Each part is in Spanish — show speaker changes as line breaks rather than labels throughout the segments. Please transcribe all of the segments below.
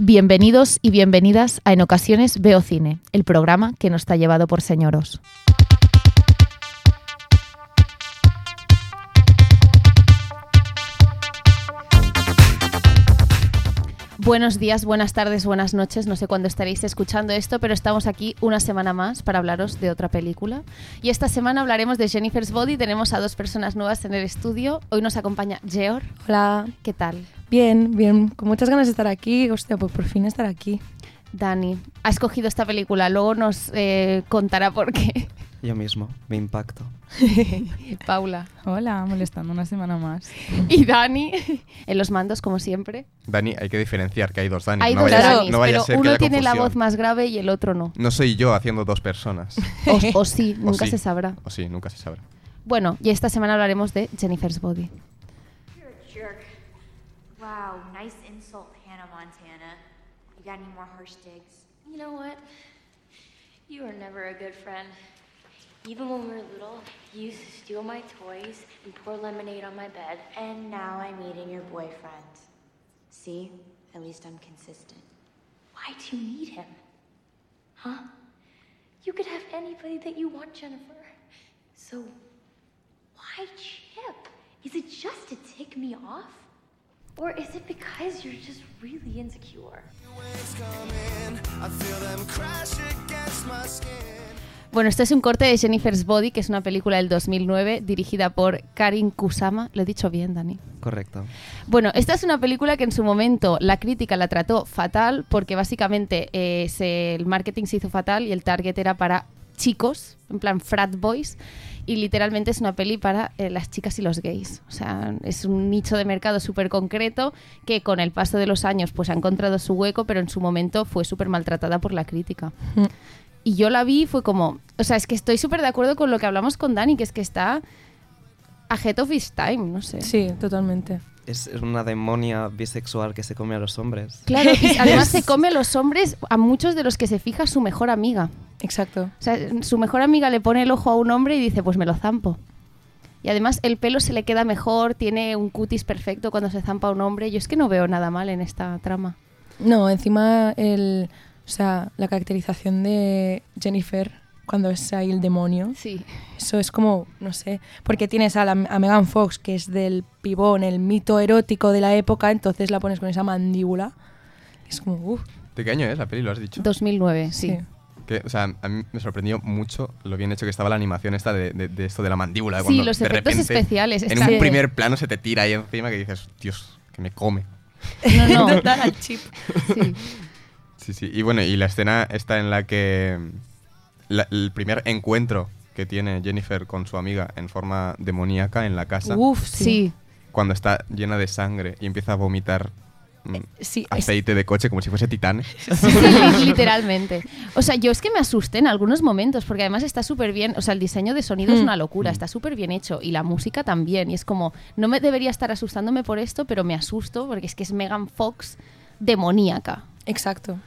Bienvenidos y bienvenidas a En ocasiones Veo Cine, el programa que nos está llevado por señoros. Buenos días, buenas tardes, buenas noches. No sé cuándo estaréis escuchando esto, pero estamos aquí una semana más para hablaros de otra película. Y esta semana hablaremos de Jennifer's Body. Tenemos a dos personas nuevas en el estudio. Hoy nos acompaña Geor.
Hola.
¿Qué tal?
Bien, bien. Con muchas ganas de estar aquí. Hostia, pues por fin estar aquí.
Dani ha escogido esta película. Luego nos eh, contará por qué.
Yo mismo, me impacto.
Paula
Hola, molestando una semana más.
y Dani en los mandos, como siempre.
Dani, hay que diferenciar que hay dos Dani.
Hay
no
dos
vaya, a ser-
Danis,
no vaya
pero
a ser que
uno
haya
tiene la
confusión.
voz más grave y el otro no.
No soy yo haciendo dos personas.
O, o sí, nunca
sí.
se sabrá.
O sí, nunca se sabrá.
Bueno, y esta semana hablaremos de Jennifer's Body.
You're a jerk. Wow, nice insult, Hannah Montana. You got any more harsh digs?
You know what? You were never a good friend. Even when we were little, you used to steal my toys and pour lemonade on my bed.
And now I'm eating your boyfriend. See? At least I'm consistent.
Why do you need him? Huh? You could have anybody that you want, Jennifer. So, why Chip? Is it just to tick me off? Or is it because you're just really insecure?
Bueno, este es un corte de Jennifer's Body, que es una película del 2009 dirigida por Karin Kusama. Lo he dicho bien, Dani.
Correcto.
Bueno, esta es una película que en su momento la crítica la trató fatal porque básicamente eh, se- el marketing se hizo fatal y el target era para chicos, en plan frat boys, y literalmente es una peli para eh, las chicas y los gays. O sea, es un nicho de mercado súper concreto que con el paso de los años pues ha encontrado su hueco, pero en su momento fue súper maltratada por la crítica. Y yo la vi y fue como, o sea, es que estoy súper de acuerdo con lo que hablamos con Dani, que es que está ahead of his time, no sé.
Sí, totalmente.
Es una demonia bisexual que se come a los hombres.
Claro, y además se come a los hombres, a muchos de los que se fija su mejor amiga.
Exacto.
O sea, su mejor amiga le pone el ojo a un hombre y dice, pues me lo zampo. Y además el pelo se le queda mejor, tiene un cutis perfecto cuando se zampa a un hombre. Yo es que no veo nada mal en esta trama.
No, encima el, o sea, la caracterización de Jennifer cuando es ahí el demonio,
Sí.
eso es como, no sé, porque tienes a, la, a Megan Fox, que es del pibón, el mito erótico de la época, entonces la pones con esa mandíbula. Es como, uff.
¿De qué año es la peli? ¿Lo has dicho?
2009, sí.
Que, o sea, a mí me sorprendió mucho lo bien hecho que estaba la animación esta de, de- de esto de la mandíbula.
Sí,
cuando
los
de
efectos
repente,
especiales,
En
está
un
bien.
primer plano se te tira ahí encima que dices, Dios, que me come.
No, no.
Total, al chip.
sí.
Sí, sí. Y bueno, y la escena está en la que la- el primer encuentro que tiene Jennifer con su amiga en forma demoníaca en la casa,
Uf, sí.
Sí.
cuando está llena de sangre y empieza a vomitar mm,
Sí, es-
aceite de coche como si fuese titán.
Eh, Sí, sí, literalmente. O sea, yo es que me asusté en algunos momentos, porque además está súper bien. O sea, el diseño de sonido es
Mm.
una locura, está súper bien hecho. Y la música también. Y es como, no me debería estar asustándome por esto, pero me asusto, porque es que es Megan Fox demoníaca.
exacto.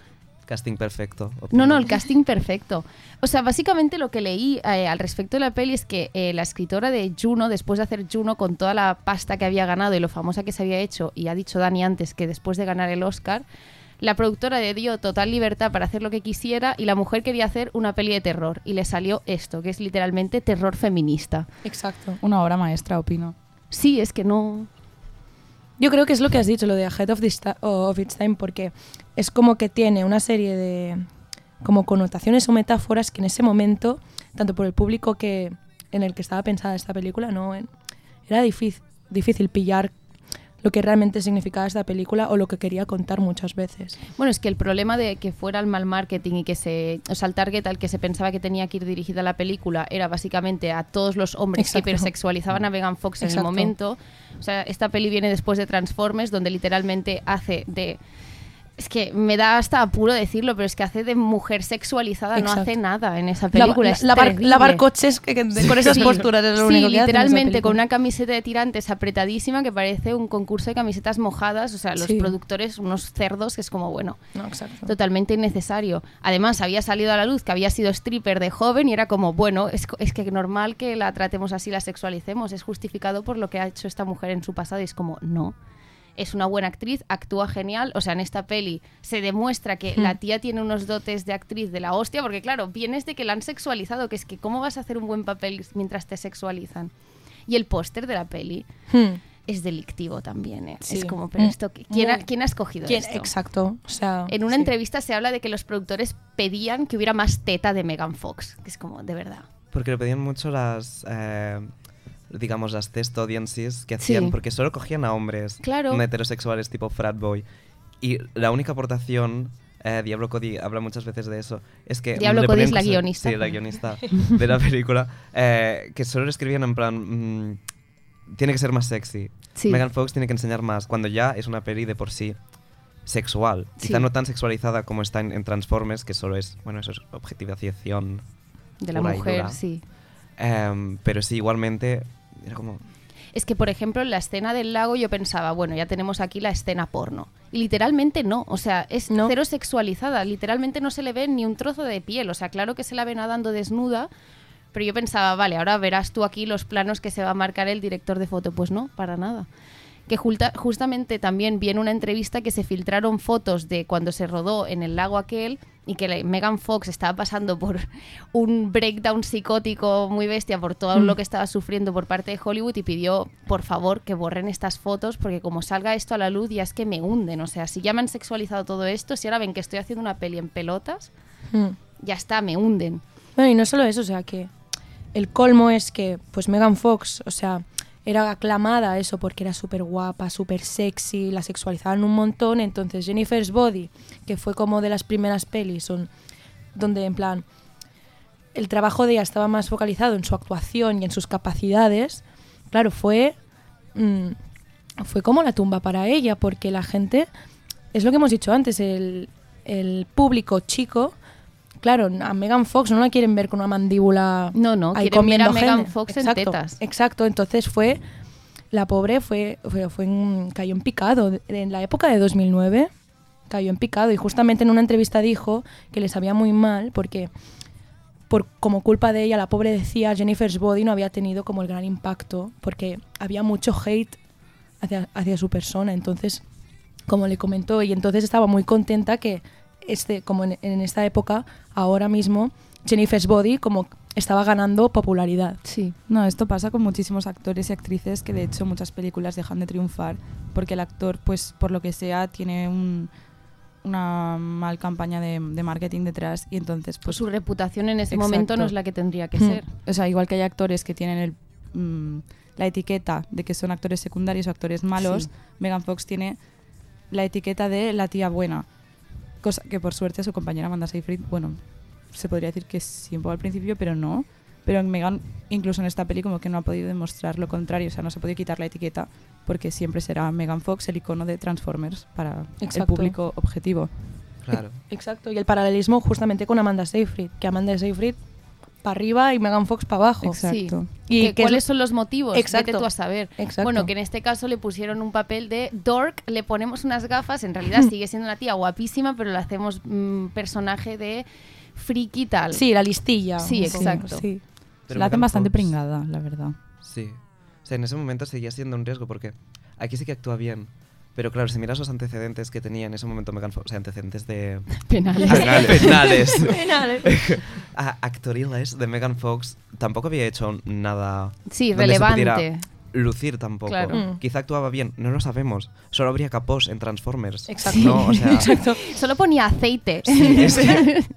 Casting perfecto.
No, no, el
opino.
casting perfecto. O sea, básicamente lo que leí eh, al respecto de la peli es que eh, la escritora de Juno, después de hacer Juno con toda la pasta que había ganado y lo famosa que se había hecho, y ha dicho Dani antes que después de ganar el Oscar, la productora le dio total libertad para hacer lo que quisiera y la mujer quería hacer una peli de terror y le salió esto, que es literalmente terror feminista.
Exacto.
Una obra maestra, opino.
Sí, es que no...
Yo creo que es lo que has dicho, lo de Ahead of, this ti- of Its Time, porque es como que tiene una serie de como connotaciones o metáforas que en ese momento, tanto por el público que en el que estaba pensada esta película, no En- era difícil, difícil pillar lo que realmente significaba esta película o lo que quería contar muchas veces.
Bueno, es que el problema de que fuera el mal marketing y que se. O sea, el target al que se pensaba que tenía que ir dirigida la película era básicamente a todos los hombres
Exacto.
que hipersexualizaban a Megan Fox en el
Exacto.
momento. O sea, esta peli viene después de Transformers, donde literalmente hace de. Es que me da hasta apuro decirlo, pero es que hace de mujer sexualizada, no
Exacto.
hace nada en esa
La-
película.
la-
es
lavar,
terrible.
lavar coches que- que- con esas posturas es lo
Sí,
único que hace en esa
literalmente con
película.
una camiseta de tirantes apretadísima que parece un concurso de camisetas mojadas. O sea, los
Sí.
productores, unos cerdos, que es como, bueno,
No, exacto.
totalmente innecesario. Además, había salido a la luz que había sido stripper de joven y era como, bueno, es, co- es que normal que la tratemos así, la sexualicemos, es justificado por lo que ha hecho esta mujer en su pasado y es como, no. es una buena actriz, actúa genial. O sea, en esta peli se demuestra
Hmm.
que la tía tiene unos dotes de actriz de la hostia, porque claro, vienes de que la han sexualizado, que es que cómo vas a hacer un buen papel mientras te sexualizan. Y el póster de la peli
Hmm.
es delictivo también, ¿eh?
Sí. Mm.
Es como, pero esto, ¿qué- ¿quién ha,
Muy.
¿quién ha escogido
¿Quién-
esto?
Exacto. O sea,
En una
sí.
entrevista se habla de que los productores pedían que hubiera más teta de Megan Fox, que es como, de verdad.
Porque lo pedían mucho las, eh, digamos, las test audiences que hacían,
Sí.
porque solo cogían a hombres
Claro.
heterosexuales tipo frat boy. Y la única aportación, eh, Diablo Cody habla muchas veces de eso, es que...
Diablo
le
Cody
ponían
es la
cosas-
guionista.
Sí, la guionista de la película, eh, que solo le escribían en plan... mm, tiene que ser más sexy.
Sí.
Megan Fox tiene que enseñar más, cuando ya es una peli de por sí sexual.
Sí.
Quizá no tan sexualizada como está en, en Transformers, que solo es, bueno, eso es objetivación
De la
Pura y
mujer,
dura.
sí.
Em, pero sí, igualmente, era como...
Es que, por ejemplo, en la escena del lago yo pensaba, bueno, ya tenemos aquí la escena porno. Y literalmente no, o sea, es
No.
cero sexualizada, literalmente no se le ve ni un trozo de piel, o sea, claro que se la ve nadando desnuda, pero yo pensaba, vale, ahora verás tú aquí los planos que se va a marcar el director de foto, pues no, para nada. Que julta- justamente también vi en una entrevista que se filtraron fotos de cuando se rodó en el lago aquel y que la- Megan Fox estaba pasando por un breakdown psicótico muy bestia por todo lo que estaba sufriendo por parte de Hollywood y pidió, por favor, que borren estas fotos porque como salga esto a la luz ya es que me hunden. O sea, si ya me han sexualizado todo esto, si ahora ven que estoy haciendo una peli en pelotas,
Hmm.
ya está, me hunden.
No, y no solo eso, o sea, que el colmo es que, pues Megan Fox, o sea, era aclamada eso porque era súper guapa, súper sexy, la sexualizaban un montón. Entonces, Jennifer's Body, que fue como de las primeras pelis, son, donde en plan el trabajo de ella estaba más focalizado en su actuación y en sus capacidades, claro, fue, mm, fue como la tumba para ella, porque la gente, es lo que hemos dicho antes, el, el público chico, claro, a Megan Fox no la quieren ver con una mandíbula
No, no,
ahí
quieren ver a
comiendo
Megan
gente.
Fox en
exacto,
tetas.
Exacto, entonces fue, la pobre fue, fue, fue en- cayó en picado, en la época de 2009 cayó en picado y justamente en una entrevista dijo que le sabía muy mal porque por como culpa de ella la pobre decía Jennifer's Body no había tenido como el gran impacto porque había mucho hate hacia, hacia su persona entonces como le comentó y entonces estaba muy contenta que este como en, en esta época ahora mismo Jennifer's Body como estaba ganando popularidad
Sí, no, esto pasa con muchísimos actores y actrices que de hecho muchas películas dejan de triunfar porque el actor, pues por lo que sea, tiene un- una mal campaña de, de marketing detrás y entonces pues...
Su reputación en ese
Exacto.
momento no es la que tendría que
Mm.
ser.
O sea, igual que hay actores que tienen el, mm, la etiqueta de que son actores secundarios o actores malos,
Sí.
Megan Fox tiene la etiqueta de la tía buena. Cosa que por suerte su compañera Amanda Seyfried, bueno, se podría decir que sí un poco al principio, pero no. Pero en Megan, incluso en esta peli, como que no ha podido demostrar lo contrario. O sea, no se ha podido quitar la etiqueta porque siempre será Megan Fox el icono de Transformers para el
Exacto.
público objetivo.
Claro.
exacto y el paralelismo justamente con Amanda Seyfried que Amanda Seyfried para arriba y Megan Fox para abajo
Exacto.
Sí.
Y
¿Qué-
que es-
¿Cuáles son los motivos?
Exacto.
Vete tú a saber.
Exacto.
Bueno, que en este caso le pusieron un papel de dork, le ponemos unas gafas, en
Mm.
realidad sigue siendo una tía guapísima, pero le hacemos mm, personaje de friki tal.
Sí, la listilla.
Sí,
un poco,
exacto.
sí.
Pero
la hacen
Megan
bastante
Fox-
pringada, la verdad.
Sí. O sea, en ese momento seguía siendo un riesgo porque aquí sí que actúa bien. Pero claro, si miras los antecedentes que tenía en ese momento Megan Fox, o sea, antecedentes de...
Penales.
Penales.
Penales.
Ah, actoriles de Megan Fox tampoco había hecho nada...
Sí,
donde se pudiera
relevante.
lucir tampoco.
Claro.
Mm.
Quizá actuaba bien, no lo sabemos. Solo habría capós en Transformers.
Exacto.
No, o sea,
Exacto.
Solo ponía aceite.
sí, es que-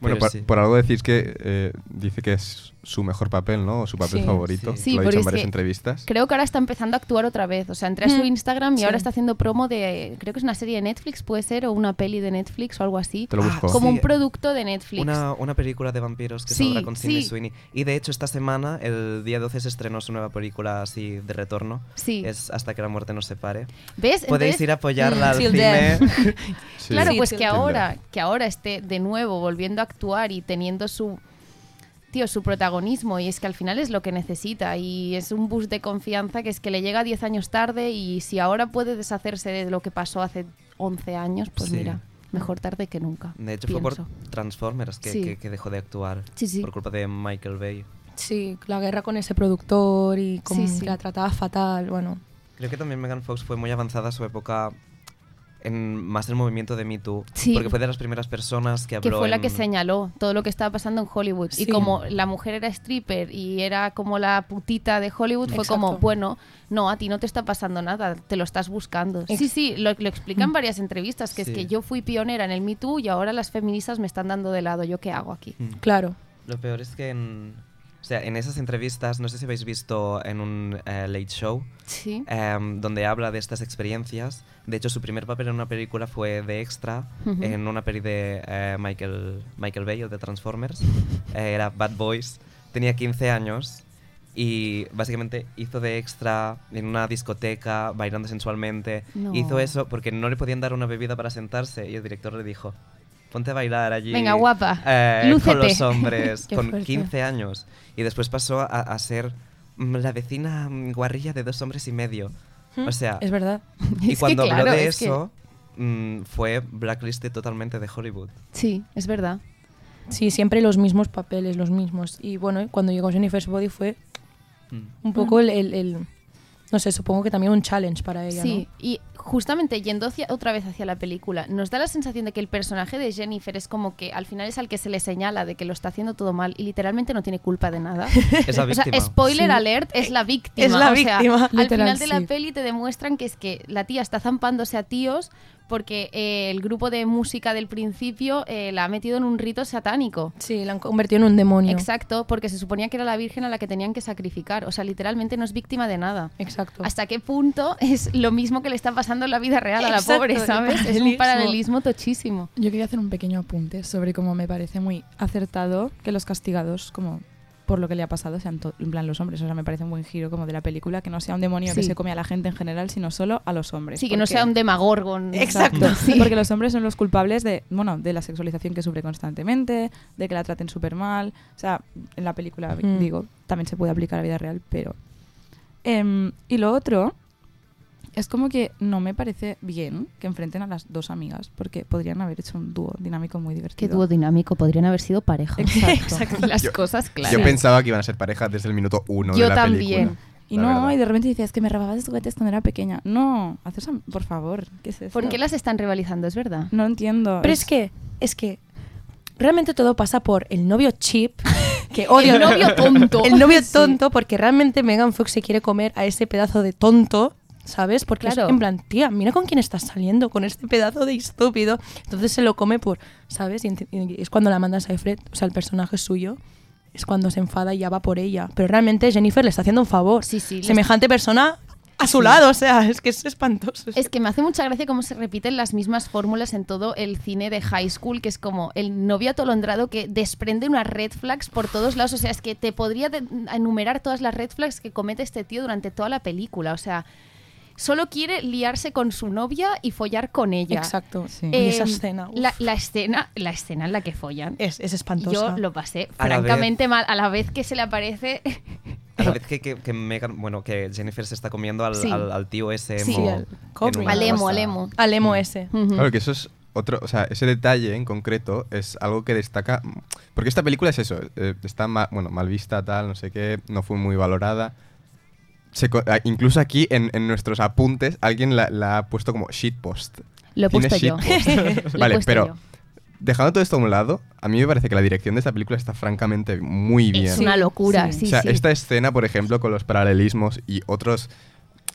Bueno,
Pero
por,
sí.
por algo decís que eh, dice que es su mejor papel, ¿no? O su papel
Sí,
favorito.
sí.
Sí,
Lo ha
porque
dicho en
es
varias
que
entrevistas.
Creo que ahora está empezando a actuar otra vez. O sea, entré a su
Mm.
Instagram y
Sí.
ahora está haciendo promo de. Creo que es una serie de Netflix, puede ser, o una peli de Netflix o algo así.
Te lo
Ah,
busco.
Como
Sí.
un producto de Netflix.
Una, una película de vampiros que
Sí,
saldrá con Sidney
sí.
Sweeney. Y de hecho, esta semana, el día 12, se estrenó su nueva película así de retorno.
Sí.
Es Hasta que la muerte nos separe.
¿Ves?
Podéis
Entonces-
ir a apoyarla al
Till
cine.
Sí.
Claro,
Sí,
pues
sí,
que
lo entiendo.
ahora, que ahora esté de nuevo volviendo a actuar y teniendo su tío, su protagonismo, y es que al final es lo que necesita, y es un boost de confianza que es que le llega 10 años tarde, y si ahora puede deshacerse de lo que pasó hace 11 años, pues
Sí.
mira, mejor tarde que nunca.
De hecho, fue
pienso.
por Transformers que,
Sí.
que- que dejó de actuar.
Sí, sí.
Por culpa de Michael Bay.
Sí, la guerra con ese productor y como
Sí, sí.
la trataba fatal, bueno.
Creo que también Megan Fox fue muy avanzada a su época en más el movimiento de Me Too.
Sí.
Porque fue de las primeras personas que habló.
que fue la
en-
que señaló todo lo que estaba pasando en Hollywood. Y
Sí.
como la mujer era stripper y era como la putita de Hollywood, fue
Exacto.
como, bueno, no, a ti no te está pasando nada, te lo estás buscando.
Ex- Mm.
sí, sí, lo, lo explica en varias entrevistas, que
Sí.
es que yo fui pionera en el Me Too y ahora las feministas me están dando de lado, ¿yo qué hago aquí?
Mm.
Claro.
Lo peor es que en. O sea, en esas entrevistas, no sé si habéis visto en un eh, late show,
Sí.
em, donde habla de estas experiencias. De hecho, su primer papel en una película fue de extra
Ujú.
en una peli de eh, Michael, Michael Bay, el de Transformers. Eh, era Bad Boys. Tenía 15 años y básicamente hizo de extra en una discoteca, bailando sensualmente.
No.
Hizo eso porque no le podían dar una bebida para sentarse y el director le dijo, ponte a bailar allí.
Venga, guapa,
eh, con
lúcete".
los hombres,
Qué
con
fuerte.
15 años. Y después pasó a, a ser mm, la vecina mm, guarrilla de dos hombres y medio. O sea,
Es verdad.
y
Hmm. Es que
cuando habló
claro,
de
es que-
eso, mm, fue blacklisted totalmente de Hollywood.
Sí, es verdad.
Sí, siempre los mismos papeles, los mismos. Y bueno, cuando llegó Jennifer's Body fue un
Ah.
poco el, el- el- No sé, supongo que también un challenge para ella,
Sí, y justamente yendo hacia- otra vez hacia la película, nos da la sensación de que el personaje de Jennifer es como que al final es al que se le señala de que lo está haciendo todo mal y literalmente no tiene culpa de nada.
Es la
o sea,
víctima.
spoiler
Sí.
alert, es la víctima.
Es la
o sea,
víctima,
al
literal,
final de la
sí.
peli te demuestran que es que la tía está zampándose a tíos porque eh, el grupo de música del principio eh, la ha metido en un rito satánico.
¿no? Sí, la han convertido en un demonio.
Exacto, porque se suponía que era la virgen a la que tenían que sacrificar. O sea, literalmente no es víctima de nada.
Exacto.
¿Hasta qué punto es lo mismo que le está pasando en la vida real a la
Exacto,
pobre,
el
sabes? Es un
paralelismo.
paralelismo tochísimo.
Yo quería hacer un pequeño apunte sobre cómo me parece muy acertado que los castigados, como por lo que le ha pasado, sean to- en plan los hombres. O sea, me parece un buen giro como de la película, que no sea un demonio que
Sí.
se come a la gente en general, sino solo a los hombres.
Sí, que no
porque-
sea un demagorgon.
Exacto,
Sí.
porque los hombres son los culpables de, bueno, de la sexualización que sufre constantemente, de que la traten súper mal. O sea, en la película,
Mm.
digo, también se puede aplicar a la vida real, pero... Em, y lo otro es como que no me parece bien que enfrenten a las dos amigas, porque podrían haber hecho un dúo dinámico muy divertido.
Qué dúo dinámico, podrían haber sido pareja.
Exacto.
Las
Yo-
cosas claras.
Yo pensaba que iban a ser pareja desde el minuto uno
Yo
de la
también.
película.
Y
la
no,
verdad.
y de repente dices, "Es que me robabas de juguetes cuando era pequeña. No, haces am- por favor, ¿qué es esto?
¿Por qué las están rivalizando? Es verdad.
No entiendo.
Pero es que, es que realmente todo pasa por el novio chip, que odio.
El novio tonto.
El novio
Sí.
tonto, porque realmente Megan Fox se quiere comer a ese pedazo de tonto, ¿sabes? Porque es
Claro.
en plan, tía, mira con quién estás saliendo, con este pedazo de estúpido. Entonces se lo come por, ¿sabes? Y, enti- y es cuando la manda a Seyfried, o sea, el personaje suyo. Es cuando se enfada y ya va por ella. Pero realmente Jennifer le está haciendo un favor.
Sí, sí, le
Semejante persona a su lado. O sea, es que es espantoso.
Es que me hace mucha gracia cómo se repiten las mismas fórmulas en todo el cine de high school, que es como el novio atolondrado que desprende unas red flags por todos lados. O sea, es que te podría de- enumerar todas las red flags que comete este tío durante toda la película. O sea, solo quiere liarse con su novia y follar con ella.
Exacto.
Sí.
Y
Eh,
esa escena. uf,
La, la escena. La escena en la que follan.
es, es espantosa.
Yo lo pasé
A la vez-
francamente mal a la vez que se le aparece.
A la vez que, que, que Megan, bueno, que Jennifer se está comiendo al,
Sí.
al- al tío ese emo.
Sí, al Cobra.
en una
Al emo,
cosa.
al emo.
Al emo ese.
Mm.
Claro que eso es otro, o sea, ese detalle en concreto es algo que destaca, porque esta película es eso, eh, está ma- bueno, mal vista, tal, no sé qué, no fue muy valorada. Se co- ah, incluso aquí en, en nuestros apuntes alguien la, la ha puesto como shitpost.
Lo he
Tiene
puesto yo.
shitpost.
Lo he
vale,
puesto
pero
yo.
dejando todo esto a un lado, a mí me parece que la dirección de esta película está francamente muy bien.
Es una locura.
Sí.
Sí,
o sea,
sí.
esta escena, por ejemplo, con los paralelismos y otros...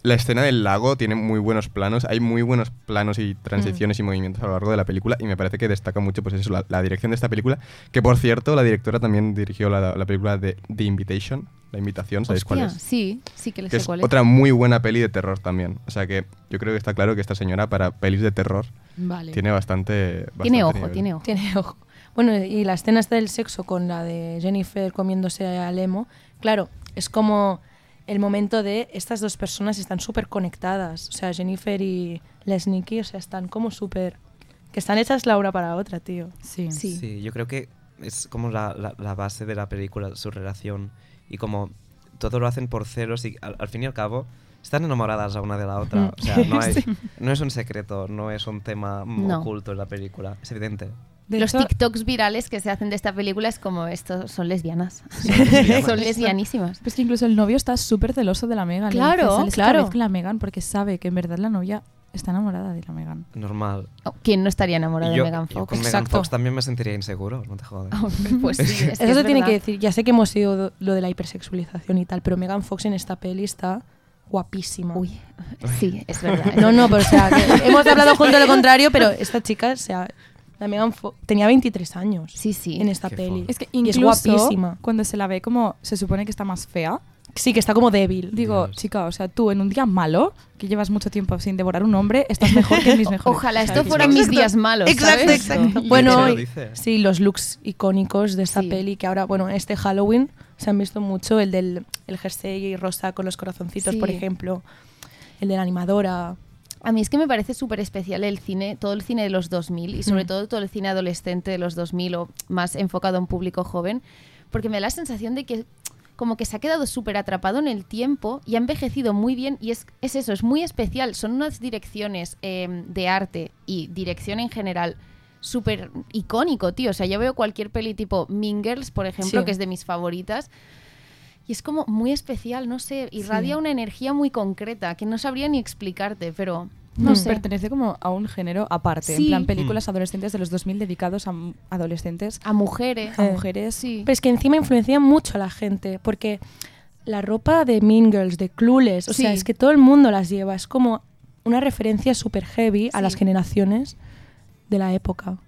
La escena del lago tiene muy buenos planos, hay muy buenos planos y
Mm.
transiciones y movimientos a lo largo de la película y me parece que destaca mucho pues eso, la, la dirección de esta película, que por cierto la directora también dirigió la, la película de The Invitation, La Invitación, ¿sabéis cuál
Hostia,
es?
Sí, sí que le
Que
sé
es
cuál es.
otra muy buena peli de terror también. O sea que yo creo que está claro que esta señora para pelis de terror
Vale.
tiene bastante...
Tiene
bastante
ojo,
nivel.
tiene ojo.
Tiene ojo. Bueno, y la escena esta del sexo con la de Jennifer comiéndose al emo, claro, es como el momento de estas dos personas están súper conectadas. O sea, Jennifer y Les Nikki, o sea, están como súper... Que están hechas la una para otra, tío.
Sí.
Sí.
Sí, yo creo que es como la, la- la base de la película, su relación. Y como todo lo hacen por celos y al, al fin y al cabo están enamoradas la una de la otra. O sea, no, hay- no es un secreto, no es un tema mm,
No.
oculto en la película. Es evidente.
De
Los
hecho,
TikToks virales que se hacen de esta película es como esto, son lesbianas. son lesbianísimas.
Es Pues que incluso el novio está súper celoso de la Megan. ¿eh? Le dice,
Claro,
"Sales otra
claro.
vez con la Megan porque sabe que en verdad la novia está enamorada de la Megan.
Normal.
Oh, ¿Quién no estaría enamorado
Y yo,
de Megan
yo
Fox?
con Megan
Exacto.
Fox también me sentiría inseguro, no te jodas.
Oh, pues sí, es que
Eso
es
se tiene
verdad.
que decir. Ya sé que hemos ido lo de la hipersexualización y tal, pero Megan Fox en esta peli está guapísima.
Uy, sí, es verdad. es
No, no,
verdad.
pero o sea, que hemos hablado junto a lo contrario, pero esta chica, o sea, la Megan Fox tenía 23 años
Sí, sí.
en esta
Qué
peli.
fuerte.
Es que
Y es
incluso
guapísima.
cuando se la ve como se supone que está más fea,
Sí, que está como débil.
digo,
Dios.
chica, o sea, tú en un día malo, que llevas mucho tiempo sin devorar un hombre, estás mejor que en mis mejores.
Ojalá
o sea,
esto
que-
fueran mis días malos.
Exacto,
¿sabes?
exacto.
Y
Bueno,
eso lo
y-
dice.
sí, los looks icónicos de esta
Sí.
peli que ahora, bueno, este Halloween se han visto mucho, el del el jersey rosa con los corazoncitos, por
Sí.
ejemplo, el de la animadora.
A mí es que me parece súper especial el cine, todo el cine de los 2000 y sobre
Mm.
todo todo el cine adolescente de los 2000 o más enfocado a un público joven, porque me da la sensación de que como que se ha quedado súper atrapado en el tiempo y ha envejecido muy bien y es, es eso, es muy especial. Son unas direcciones eh, de arte y dirección en general súper icónico, tío. O sea, yo veo cualquier peli tipo Mean Girls, por ejemplo,
Sí.
que es de mis favoritas, y es como muy especial, no sé, irradia una energía muy concreta que no sabría ni explicarte, pero no
Mm.
sé.
Pertenece como a un género aparte,
Sí.
en plan películas adolescentes de los 2000 dedicados a m- adolescentes,
A mujeres.
a
Eh.
mujeres, sí.
Pero es que encima influencia mucho a la gente, porque la ropa de Mean Girls, de Clueless, o sea,
Sí.
es que todo el mundo las lleva. Es como una referencia súper heavy a
Sí.
las generaciones de la época.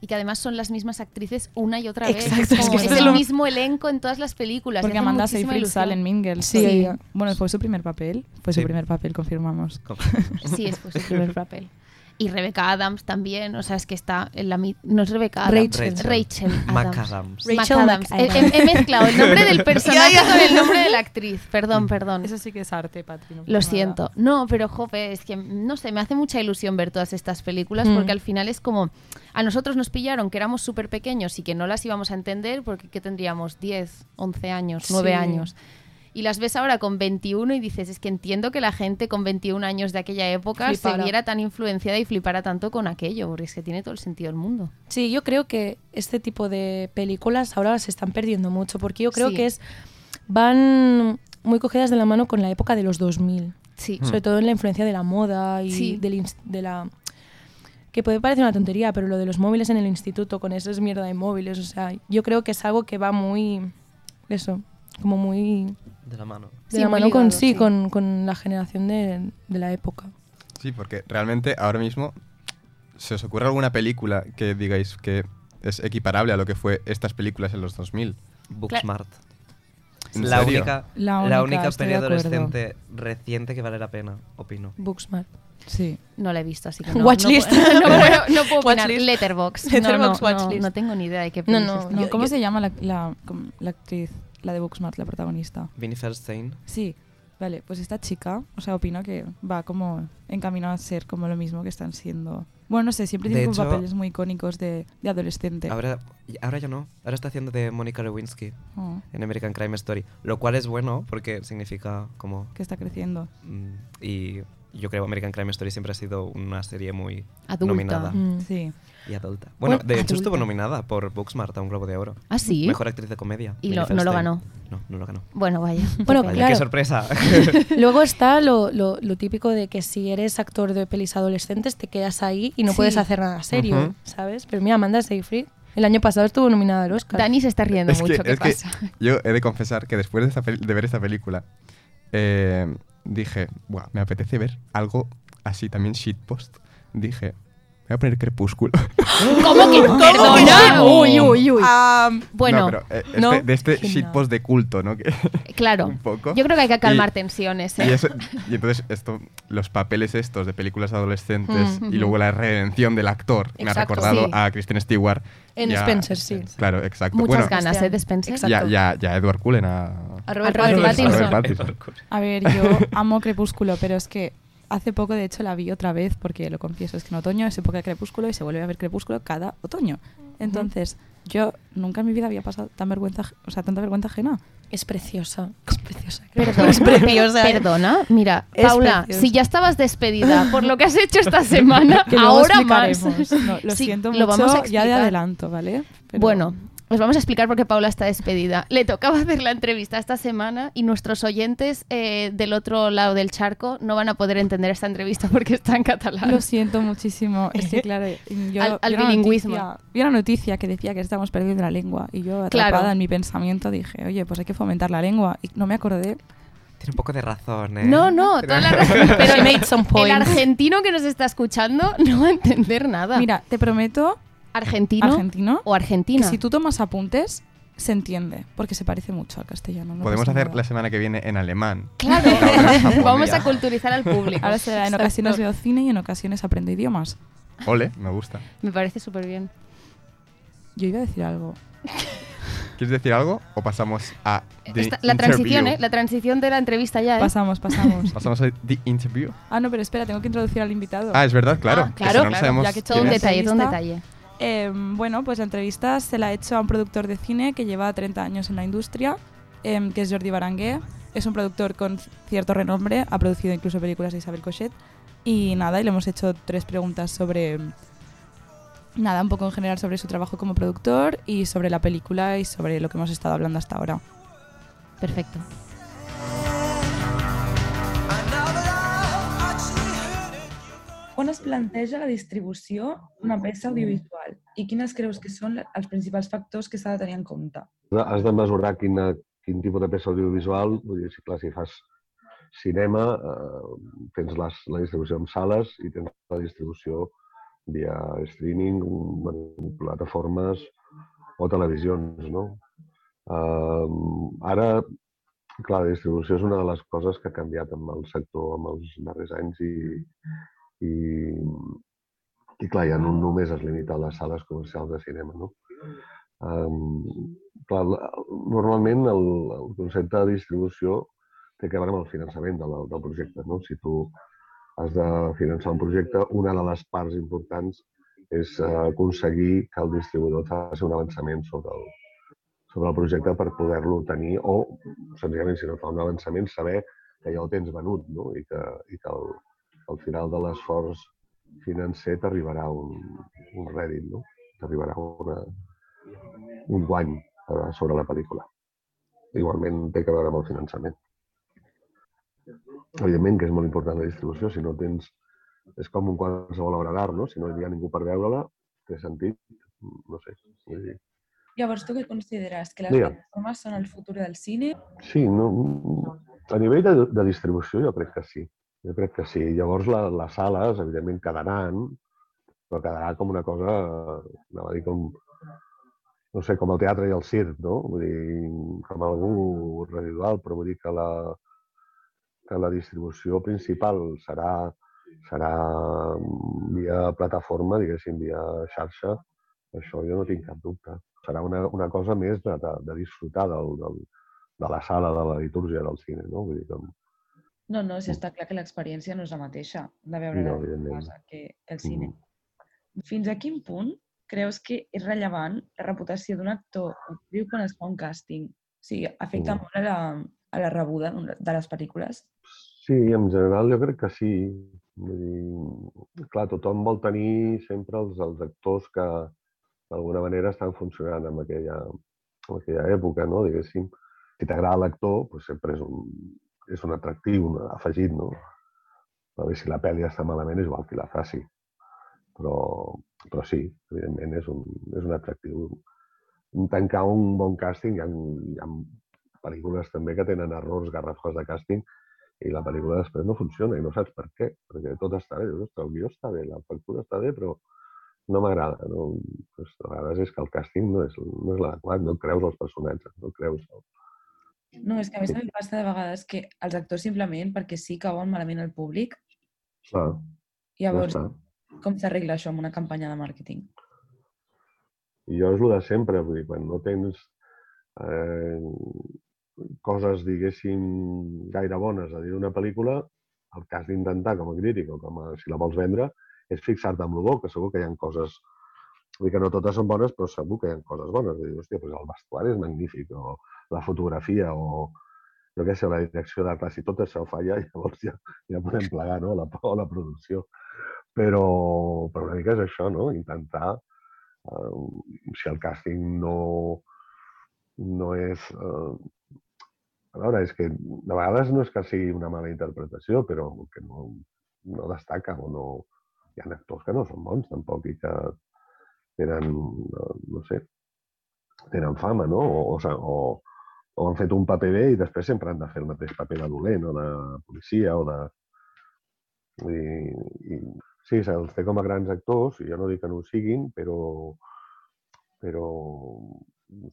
Y que además son las mismas actrices una y otra vez.
Exacto,
es,
es
como-
que
es
es
el
lo-
mismo elenco en todas las películas.
Porque
y hace
Amanda
muchísima
Seyfried
ilusión.
sale en Mean Girls.
Sí.
ella- Bueno, fue su primer papel. Fue su
Sí.
primer papel, confirmamos.
Sí, es pues, el primer papel. Y Rebecca Adams también, o sea, es que está en la mitad. No es Rebecca Adams.
Rachel.
Rachel
Mac
Adams.
Adams.
Mac
Rachel
Adams.
McAdams.
He, he- he mezclado el nombre del personaje con el nombre de la actriz. Perdón, perdón.
Eso sí que es arte, Patri. no pasa
Lo
nada.
siento. No, pero jope, es que no sé, me hace mucha ilusión ver todas estas películas
Mm.
porque al final es como a nosotros nos pillaron que éramos súper pequeños y que no las íbamos a entender porque ¿qué tendríamos 10, 11 años, 9
Sí.
años. Y las ves ahora con 21 y dices, es que entiendo que la gente con 21 años de aquella época se
Flipara.
viera tan influenciada y flipara tanto con aquello, porque es que tiene todo el sentido del mundo.
Sí, yo creo que este tipo de películas ahora se están perdiendo mucho, porque yo creo
Sí.
que es van muy cogidas de la mano con la época de los 2000.
Sí.
sobre todo en la influencia de la moda y
Sí.
del ins- de la que puede parecer una tontería, pero lo de los móviles en el instituto con esas mierda de móviles, o sea, yo creo que es algo que va muy eso, como muy
De la mano.
de
Sí,
la
muy
mano con
ligado,
sí,
sí.
Con, con la generación de, de la época.
Sí, porque realmente ahora mismo, ¿se os ocurre alguna película que digáis que es equiparable a lo que fue estas películas en los 2000?
Booksmart.
¿En
La
serio?
única,
La única,
la única
estoy
peli
de acuerdo.
adolescente reciente que vale la pena, opino.
Booksmart.
Sí.
No la he visto, así que no.
Watchlist.
No, puedo- no puedo- no puedo opinar.
Watchlist.
Letterbox. no,
Letterboxd,
no, no,
watchlist.
no tengo ni idea de qué
No,
pelis
no,
están.
No,
Yo-
¿Cómo
yo-
se llama la, la- com- la actriz, la de Booksmart, la protagonista?
Vinnie Feldstein.
Sí. Vale, pues esta chica, o sea, opino que va como encaminado a ser como lo mismo que están siendo. Bueno, no sé, siempre
De
tiene como
hecho-
papeles muy icónicos de, de adolescente.
Ahora, ahora ya no. Ahora está haciendo de Mónica Lewinsky
Oh,
en American Crime Story. Lo cual es bueno porque significa como...
que está creciendo.
mm, Y yo creo que American Crime Story siempre ha sido una serie muy
Adulta.
nominada
Mm.
Sí.
y adulta. Bueno,
Bueno,
de hecho estuvo
adulta.
nominada por Booksmart a un Globo de Oro.
¿Ah, sí?
Mejor actriz de comedia.
Y lo-
Winnie
no lo
Feldstein.
ganó.
No, no lo ganó.
Bueno, vaya.
Bueno,
Qué pena.
Vaya,
Claro.
qué sorpresa.
Luego está lo, lo- lo típico de que si eres actor de pelis adolescentes te quedas ahí y no
Sí.
puedes hacer nada serio,
Ujú.
¿sabes? Pero mira, Amanda Seyfried el año pasado estuvo nominada al Oscar.
Dani se está riendo
Es que-
mucho, ¿qué
es que
pasa?
yo he de confesar que después de, esta pel- de ver esta película, eh, dije, Buah, me apetece ver algo así, también shitpost. Dije, me voy a poner crepúsculo.
¿Cómo que perdona?
Uy, uy, uy.
Bueno,
No, pero, eh,
no.
este- de este
Genial.
shitpost de culto, ¿no? Que-
claro.
un poco.
Yo creo que hay que calmar
Y-
tensiones. ¿eh?
y, eso- y entonces esto, los papeles estos de películas adolescentes
Mm,
y luego la redención del actor me ha
Exacto,
recordado
sí.
a Kristen Stewart.
En
y a-
Spencer, sí.
Claro, exacto.
Muchas
bueno,
ganas,
Cristian.
¿eh? De Spencer.
y a-
Exacto.
y a- y a Edward Cullen, a,
A
Robert
Robert,
Pattinson.
Pattinson.
Robert
Pattinson.
A ver, yo amo Crepúsculo, pero es que hace poco, de hecho, la vi otra vez, porque lo confieso, es que en otoño es época de Crepúsculo y se vuelve a ver Crepúsculo cada otoño. Entonces, yo nunca en mi vida había pasado tan vergüenza, aj- o sea, tanta vergüenza ajena.
Es preciosa. Es preciosa. creo.
Perdona,
Es preciosa. ¿eh?
perdona, mira,
Es
Paula,
preciosa.
si ya estabas despedida por lo que has hecho esta semana,
Que luego
ahora más.
explicaremos. No, lo
Sí,
siento mucho,
lo vamos a
ya de
explicar.
adelanto, ¿vale? Pero-
Bueno, os vamos a explicar por qué Paula está despedida. Le tocaba hacer la entrevista esta semana y nuestros oyentes eh, del otro lado del charco no van a poder entender esta entrevista porque está en catalán.
Lo siento muchísimo. Es que, claro, yo,
Al- al
vi una
bilingüismo.
noticia- vi una noticia que decía que estamos perdiendo la lengua y yo, atrapada
Claro.
en mi pensamiento, dije, oye, pues hay que fomentar la lengua. Y no me acordé.
Tiene un poco de razón, ¿eh?
No, no, toda la razón. Pero
She
el,
made some
el
points.
argentino que nos está escuchando no va a entender nada.
Mira, te prometo,
argentino,
argentino,
o
que
argentina.
si tú tomas apuntes, se entiende, porque se parece mucho al castellano. no
Podemos
pasa
hacer
nada.
la semana que viene en alemán.
Claro,
Japonés.
vamos a culturizar al público.
Ahora será, en ocasiones veo cine y en ocasiones aprendo idiomas.
Ole, me gusta.
Me parece súper bien.
Yo iba a decir algo.
¿Quieres decir algo o pasamos a the
Eh, Esta- la
interview?
transición, ¿eh? La transición de la entrevista ya, ¿eh?
Pasamos, pasamos.
Pasamos a the interview.
ah, no, pero espera, tengo que introducir al invitado.
Ah, es verdad, claro.
Ah,
que
claro,
si no, no
claro,
sabemos
ya que
quién
Todo un
es.
detalle, todo un
Entrevista.
detalle.
Eh, bueno, pues la entrevista se la he hecho a un productor de cine que lleva 30 años en la industria, em, que es Jordi Barangué. Es un productor con cierto renombre, ha producido incluso películas de Isabel Cochet. Y nada, y le hemos hecho tres preguntas sobre. em, Nada, un poco en general sobre su trabajo como productor y sobre la película y sobre lo que hemos estado hablando hasta ahora.
Perfecto.
On es planteja la distribució d'una peça audiovisual i quines creus que són la- els principals factors que s'ha de tenir en compte?
has de mesurar quina, quin tipus de peça audiovisual, vull dir, si, clar, si fas cinema, eh, tens les, la distribució en sales i tens la distribució via streaming, bueno, plataformes o televisions, no? Eh, ara, clar, la distribució és una de les coses que ha canviat amb el sector amb els darrers anys i, i, i clar, ja no només es limita a les sales comercials de cinema, no? Um, clar, la- normalment el, el concepte de distribució té que veure amb el finançament de la, del projecte. No? Si tu has de finançar un projecte, una de les parts importants és eh, aconseguir que el distribuïdor et faci un avançament sobre el, sobre el projecte per poder-lo tenir o, senzillament, si no et fa un avançament, saber que ja ho tens venut no? i que, i que al, al final de l'esforç financer t'arribarà un, un rèdit, no? t'arribarà una, un guany eh, sobre la pel·lícula. Igualment té que veure amb el finançament. Evidentment que és molt important la distribució, si no tens... És com un qualsevol obra d'art, no? Si no hi ha ningú per veure-la, té sentit, no sé. Vull dir,
Llavors, tu què consideres? Que les
Digue'm.
plataformes són el futur del cine?
Sí, no, a nivell de, de distribució jo crec que sí. Jo crec que sí. Llavors la, les sales, evidentment, quedaran, però quedarà com una cosa, anava a dir, com, no sé, com el teatre i el circ, no? Vull dir, com algú residual, però vull dir que la, que la distribució principal serà, serà via plataforma, diguéssim, via xarxa. Això jo no tinc cap dubte. Serà una, una cosa més de, de, de disfrutar del, del, de la sala de la litúrgia del cine, no? Vull dir, com...
No, no, si està clar que l'experiència no és la mateixa de veure la
No, Mm-hmm. evidentment. mm.
casa que el cine. Fins a quin punt creus que és rellevant la reputació d'un actor o actriu quan es fa un càsting? O sigui, afecta
Mm.
molt a la, a la rebuda d'una- de les pel·lícules?
Sí, en general jo crec que sí. Vull dir, clar, tothom vol tenir sempre els, els actors que d'alguna manera estan funcionant en aquella, en aquella època, no? diguéssim. Si t'agrada l'actor, doncs sempre és un, és un atractiu, un afegit, no? A veure, si la pel·li està malament és igual que la faci. Però, però sí, evidentment és un, és un atractiu. Tancar un bon càsting, hi ha, hi ha pel·lícules també que tenen errors, garrafes de càsting, i la pel·lícula després no funciona i no saps per què, perquè tot està bé, dius, "Ostres, el guió està bé, la factura està bé, però no m'agrada. No? Pues, a vegades és que el càsting no és, no és l'adequat, no et creus els personatges, no et creus... El...
No, és que a mi també passa de vegades que els actors simplement perquè sí cauen malament al públic,
Clar, Ah, ja
llavors
està.
com s'arregla això amb una campanya de màrqueting?
I jo és el de sempre, vull dir, quan no tens eh, coses, diguéssim, gaire bones a dir d'una pel·lícula, el que has d'intentar com a crític o com a, si la vols vendre és fixar-te amb el bo, que segur que hi ha coses Vull dir que no totes són bones, però segur que hi ha coses bones. Vull dir, hòstia, doncs el vestuari és magnífic, o la fotografia, o jo què sé, la direcció d'art. Clar, Si tot això falla, llavors ja, ja podem plegar no? la, o la producció. Però, però una mica és això, no? Intentar, eh, si el càsting no, no és... Eh, a veure, és que de vegades no és que sigui una mala interpretació, però que no, no destaca o no... Hi ha actors que no són bons tampoc i que tenen, no, no sé, tenen fama, no? O, o, s'ha- o, o han fet un paper bé i després sempre han de fer el mateix paper de dolent o de policia o de... I, i, sí, se'ls té com a grans actors, i jo no dic que no ho siguin, però, però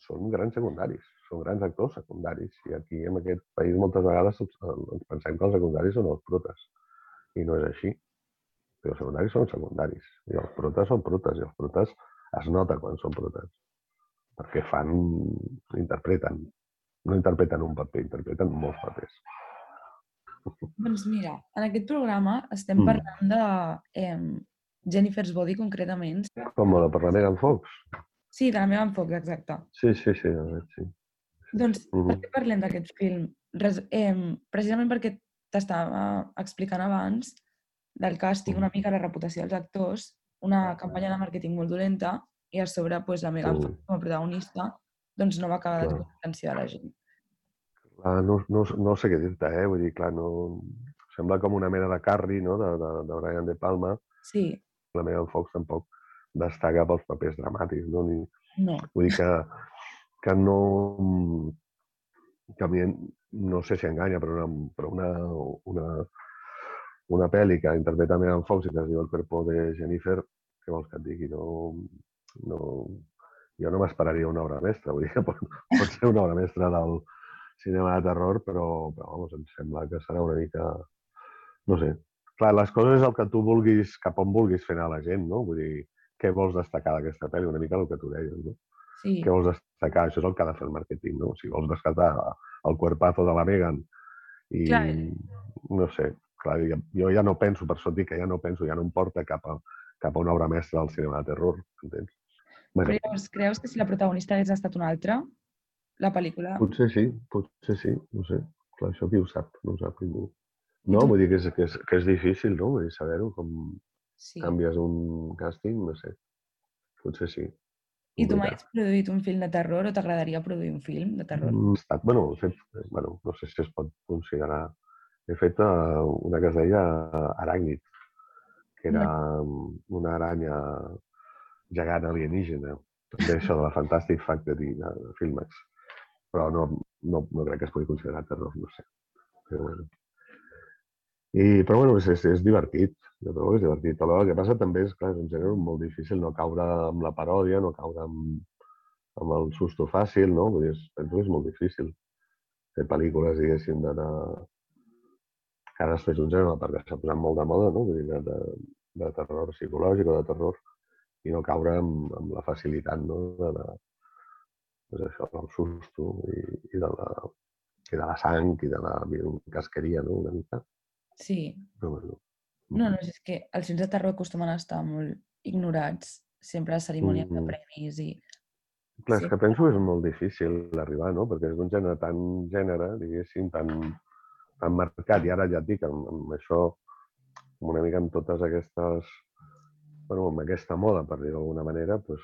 són grans secundaris, són grans actors secundaris. I aquí, en aquest país, moltes vegades tots, eh, ens pensem que els secundaris són els protes, i no és així. Però els secundaris són secundaris, i els protes són protes, i els protes es nota quan són protes, perquè fan, interpreten, no interpreten un paper, interpreten molts papers.
Doncs mira, en aquest programa estem
Mm.
parlant de eh, Jennifer's Body concretament.
Com la per la Megan Fox.
Sí, de la meva enfoc, exacte.
Sí, sí, sí, a veure, sí.
Doncs per
Mhm.
què parlem d'aquest film? Res, eh, precisament perquè t'estava explicant abans del càsting, una mica la reputació dels actors,
Ah,
una campanya de màrqueting molt dolenta i a sobre pues, la Megan
Mm.
Fox com a protagonista doncs no va acabar de
Clar.
tenir l'atenció de la gent.
Clar, no, no, no sé què dir-te, eh? Vull dir, clar, no... Sembla com una mena de Carrie, no?, de, de, de Brian De Palma.
Sí,
La Megan Fox tampoc destaca pels papers dramàtics, no? Ni,
no.
Vull dir que, que no... Que a mi, no sé si enganya, però una, però una, una, una pel·li que interpreta Megan Fox i que es diu El cuerpo de Jennifer, què vols que et digui? No, no, jo no m'esperaria una obra mestra, vull dir que pot, pot ser una obra mestra del cinema de terror, però, però vamos, em sembla que serà una mica... No sé. Clar, les coses és el que tu vulguis, cap on vulguis fer anar la gent, no? Vull dir, què vols destacar d'aquesta pel·li? Una mica el que tu deies, no?
Sí,
què vols destacar? Això és el que ha de fer el màrqueting, no? Si vols destacar el cuerpazo de la Megan i...
Clar.
No sé, clar, ja- jo ja no penso, per això et dic que ja no penso, ja no em porta cap a, cap a una obra mestra del cinema de terror, entens?
però
Bueno,
llavors creus que si la protagonista hagués estat una altra, la pel·lícula...
potser sí, potser sí, no sé. Clar, això qui ho sap? No ho sap ningú. No, vull dir que és, que és, que és difícil, no? Vull dir, saber-ho, com
Sí.
canvies un càsting, no sé. Potser sí.
I tu mai
complicat.
has produït un film de terror o t'agradaria produir un film de terror?
Mm, estat, bueno, he fet, eh, bueno, no sé si es pot considerar. He fet eh, una que es deia eh, Aràcnid, que era mm, una aranya gegant alienígena. També això de la Fantastic Factory de, de Filmex. Però no, no, no crec que es pugui considerar terror, no sé. Però bueno. I, però bueno, és, és, és divertit, jo trobo que és divertit. Però el que passa també és, clar, és un gènere molt difícil no caure amb la paròdia, no caure amb, amb el susto fàcil, no? Vull dir, és- penso que és molt difícil fer pel·lícules, diguéssim, d'anar... Que ara es fes un gènere, perquè s'ha posat molt de moda, no? Vull dir, de, de, de terror psicològic o de terror, i no caure amb, amb la facilitat, no? De la, doncs això, del susto i, i, de la, i de la sang i de la casqueria, no? Una mica.
Sí.
Però bueno.
No, no, és que els films de terror acostumen a estar molt ignorats, sempre a cerimònies de
Mhm.
premis i...
Clar, és
Sí.
que penso que és molt difícil d'arribar, no? Perquè és un gènere tan gènere, diguéssim, tan, tan marcat. I ara ja et dic, amb, amb això, amb una mica amb totes aquestes... Bueno, amb aquesta moda, per dir-ho d'alguna manera, doncs,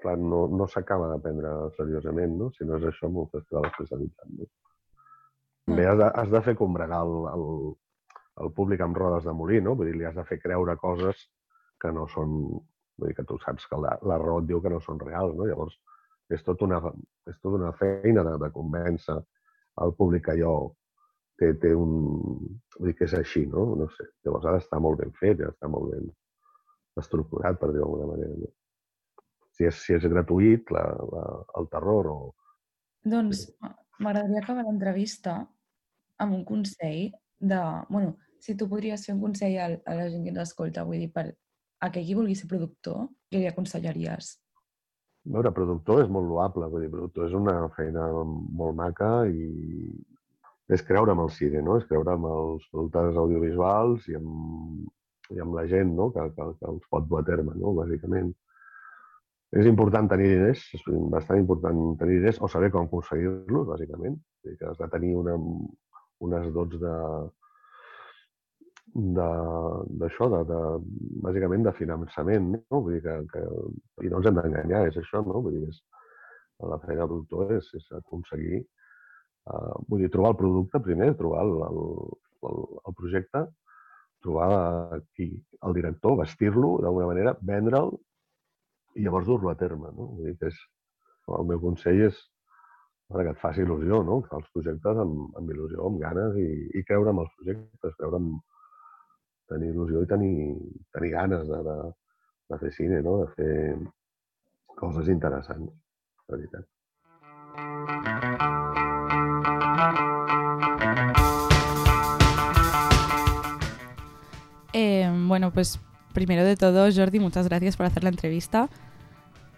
clar, no, no s'acaba de prendre seriosament, no? Si no és això, amb un festival especialitzat, no? També has de, has de fer combregar el, el, el públic amb rodes de molí, no? Vull dir, li has de fer creure coses que no són... Vull dir que tu saps que la, la raó et diu que no són reals, no? Llavors, és tot una, és tot una feina de, de convèncer el públic que allò té, té un... Vull dir que és així, no? No sé. Llavors ara està molt ben fet, ja està molt ben estructurat, per dir-ho d'alguna manera. No? Si, és, si és gratuït, la, la, el terror o...
Doncs m- m'agradaria acabar l'entrevista amb un consell de... bueno, si tu podries fer un consell al- a la gent que ens escolta, vull dir, per a que qui vulgui ser productor, què li aconsellaries?
A veure, productor és molt loable, vull dir, productor és una feina molt maca i és creure en el cine, no? És creure en els productes audiovisuals i en, i en la gent, no? Que, que, que els pot dur a terme, no? Bàsicament. És important tenir diners, és bastant important tenir diners o saber com aconseguir-los, bàsicament. És dir, que has de tenir una, unes dots de de- d'això, de, de, bàsicament de finançament, no? Vull dir que, que, i no ens hem d'enganyar, és això, no? Vull dir, és, la feina del productor és, és aconseguir, eh, vull dir, trobar el producte primer, trobar el, el, el, el projecte, trobar qui, el director, vestir-lo d'alguna manera, vendre'l i llavors dur-lo a terme. No? Vull dir que és, el meu consell és bueno, que et faci il·lusió, no? que els projectes amb, amb il·lusió, amb ganes i, i creure en els projectes, creure en tenir il·lusió i tenir, tenir ganes de, de, de fer cine, no? de fer coses interessants, de veritat.
Eh, bueno, pues primero de todo, Jordi, muchas gracias por hacer la entrevista.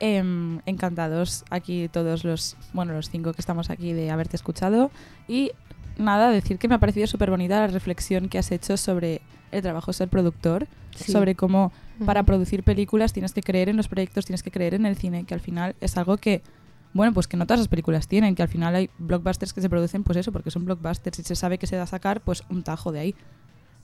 Eh, encantados aquí todos los, bueno, los cinco que estamos aquí de haberte escuchado. Y nada, decir que me ha parecido súper bonita la reflexión que has hecho sobre el trabajo de ser productor,
Sí.
sobre cómo para
Ujú.
producir películas tienes que creer en los proyectos, tienes que creer en el cine, que al final es algo que, bueno, pues que no todas las películas tienen, que al final hay blockbusters que se producen, pues eso, porque son blockbusters y se sabe que se da a sacar, pues un tajo de ahí.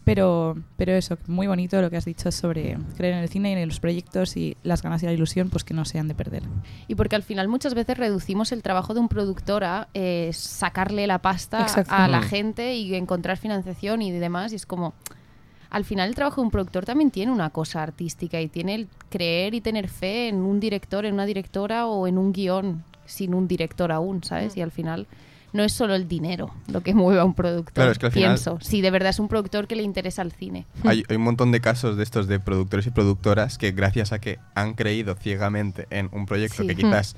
Pero, pero eso, muy bonito lo que has dicho sobre creer en el cine y en los proyectos y las ganas y la ilusión, pues que no se han de perder.
Y porque al final muchas veces reducimos el trabajo de un productor a eh, sacarle la pasta
Exacto.
a la
Mm.
gente y encontrar financiación y demás. Y es como, al final el trabajo de un productor también tiene una cosa artística y tiene el creer y tener fe en un director, en una directora o en un guión sin un director aún,
Mm.
¿sabes? Y al final no es solo el dinero lo que mueve a un productor,
Claro, es que al final-
pienso. Si de verdad es un productor que le interesa el cine.
Hay, hay un montón de casos de estos de productores y productoras que gracias a que han creído ciegamente en un proyecto
Sí.
que
Mm.
quizás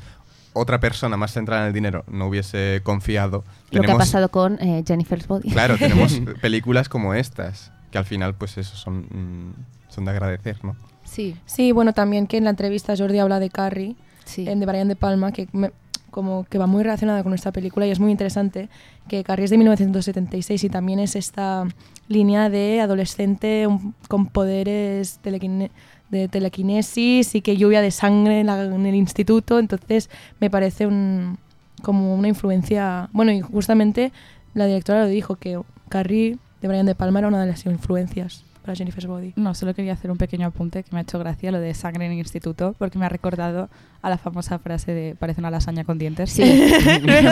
otra persona más centrada en el dinero no hubiese confiado.
Lo que ha pasado con eh, Jennifer's Body.
Claro, tenemos películas como estas, que al final pues eso son, mm, son de agradecer, ¿no?
Sí,
Sí, bueno, también que en la entrevista Jordi habla de Carrie,
sí.
en de Brian De Palma, que me- como que va muy relacionada con esta película y es muy interesante, que Carrie es de 1976 y también es esta línea de adolescente un- con poderes telequine- de telequinesis y que lluvia de sangre en, la- en el instituto, entonces me parece un, como una influencia... Bueno, y justamente la directora lo dijo, que Carrie de Brian De Palma era una de las influencias para Jennifer's Body.
No, solo quería hacer un pequeño apunte que me ha hecho gracia lo de sangre en el instituto, porque me ha recordado a la famosa frase de parece una lasaña con dientes.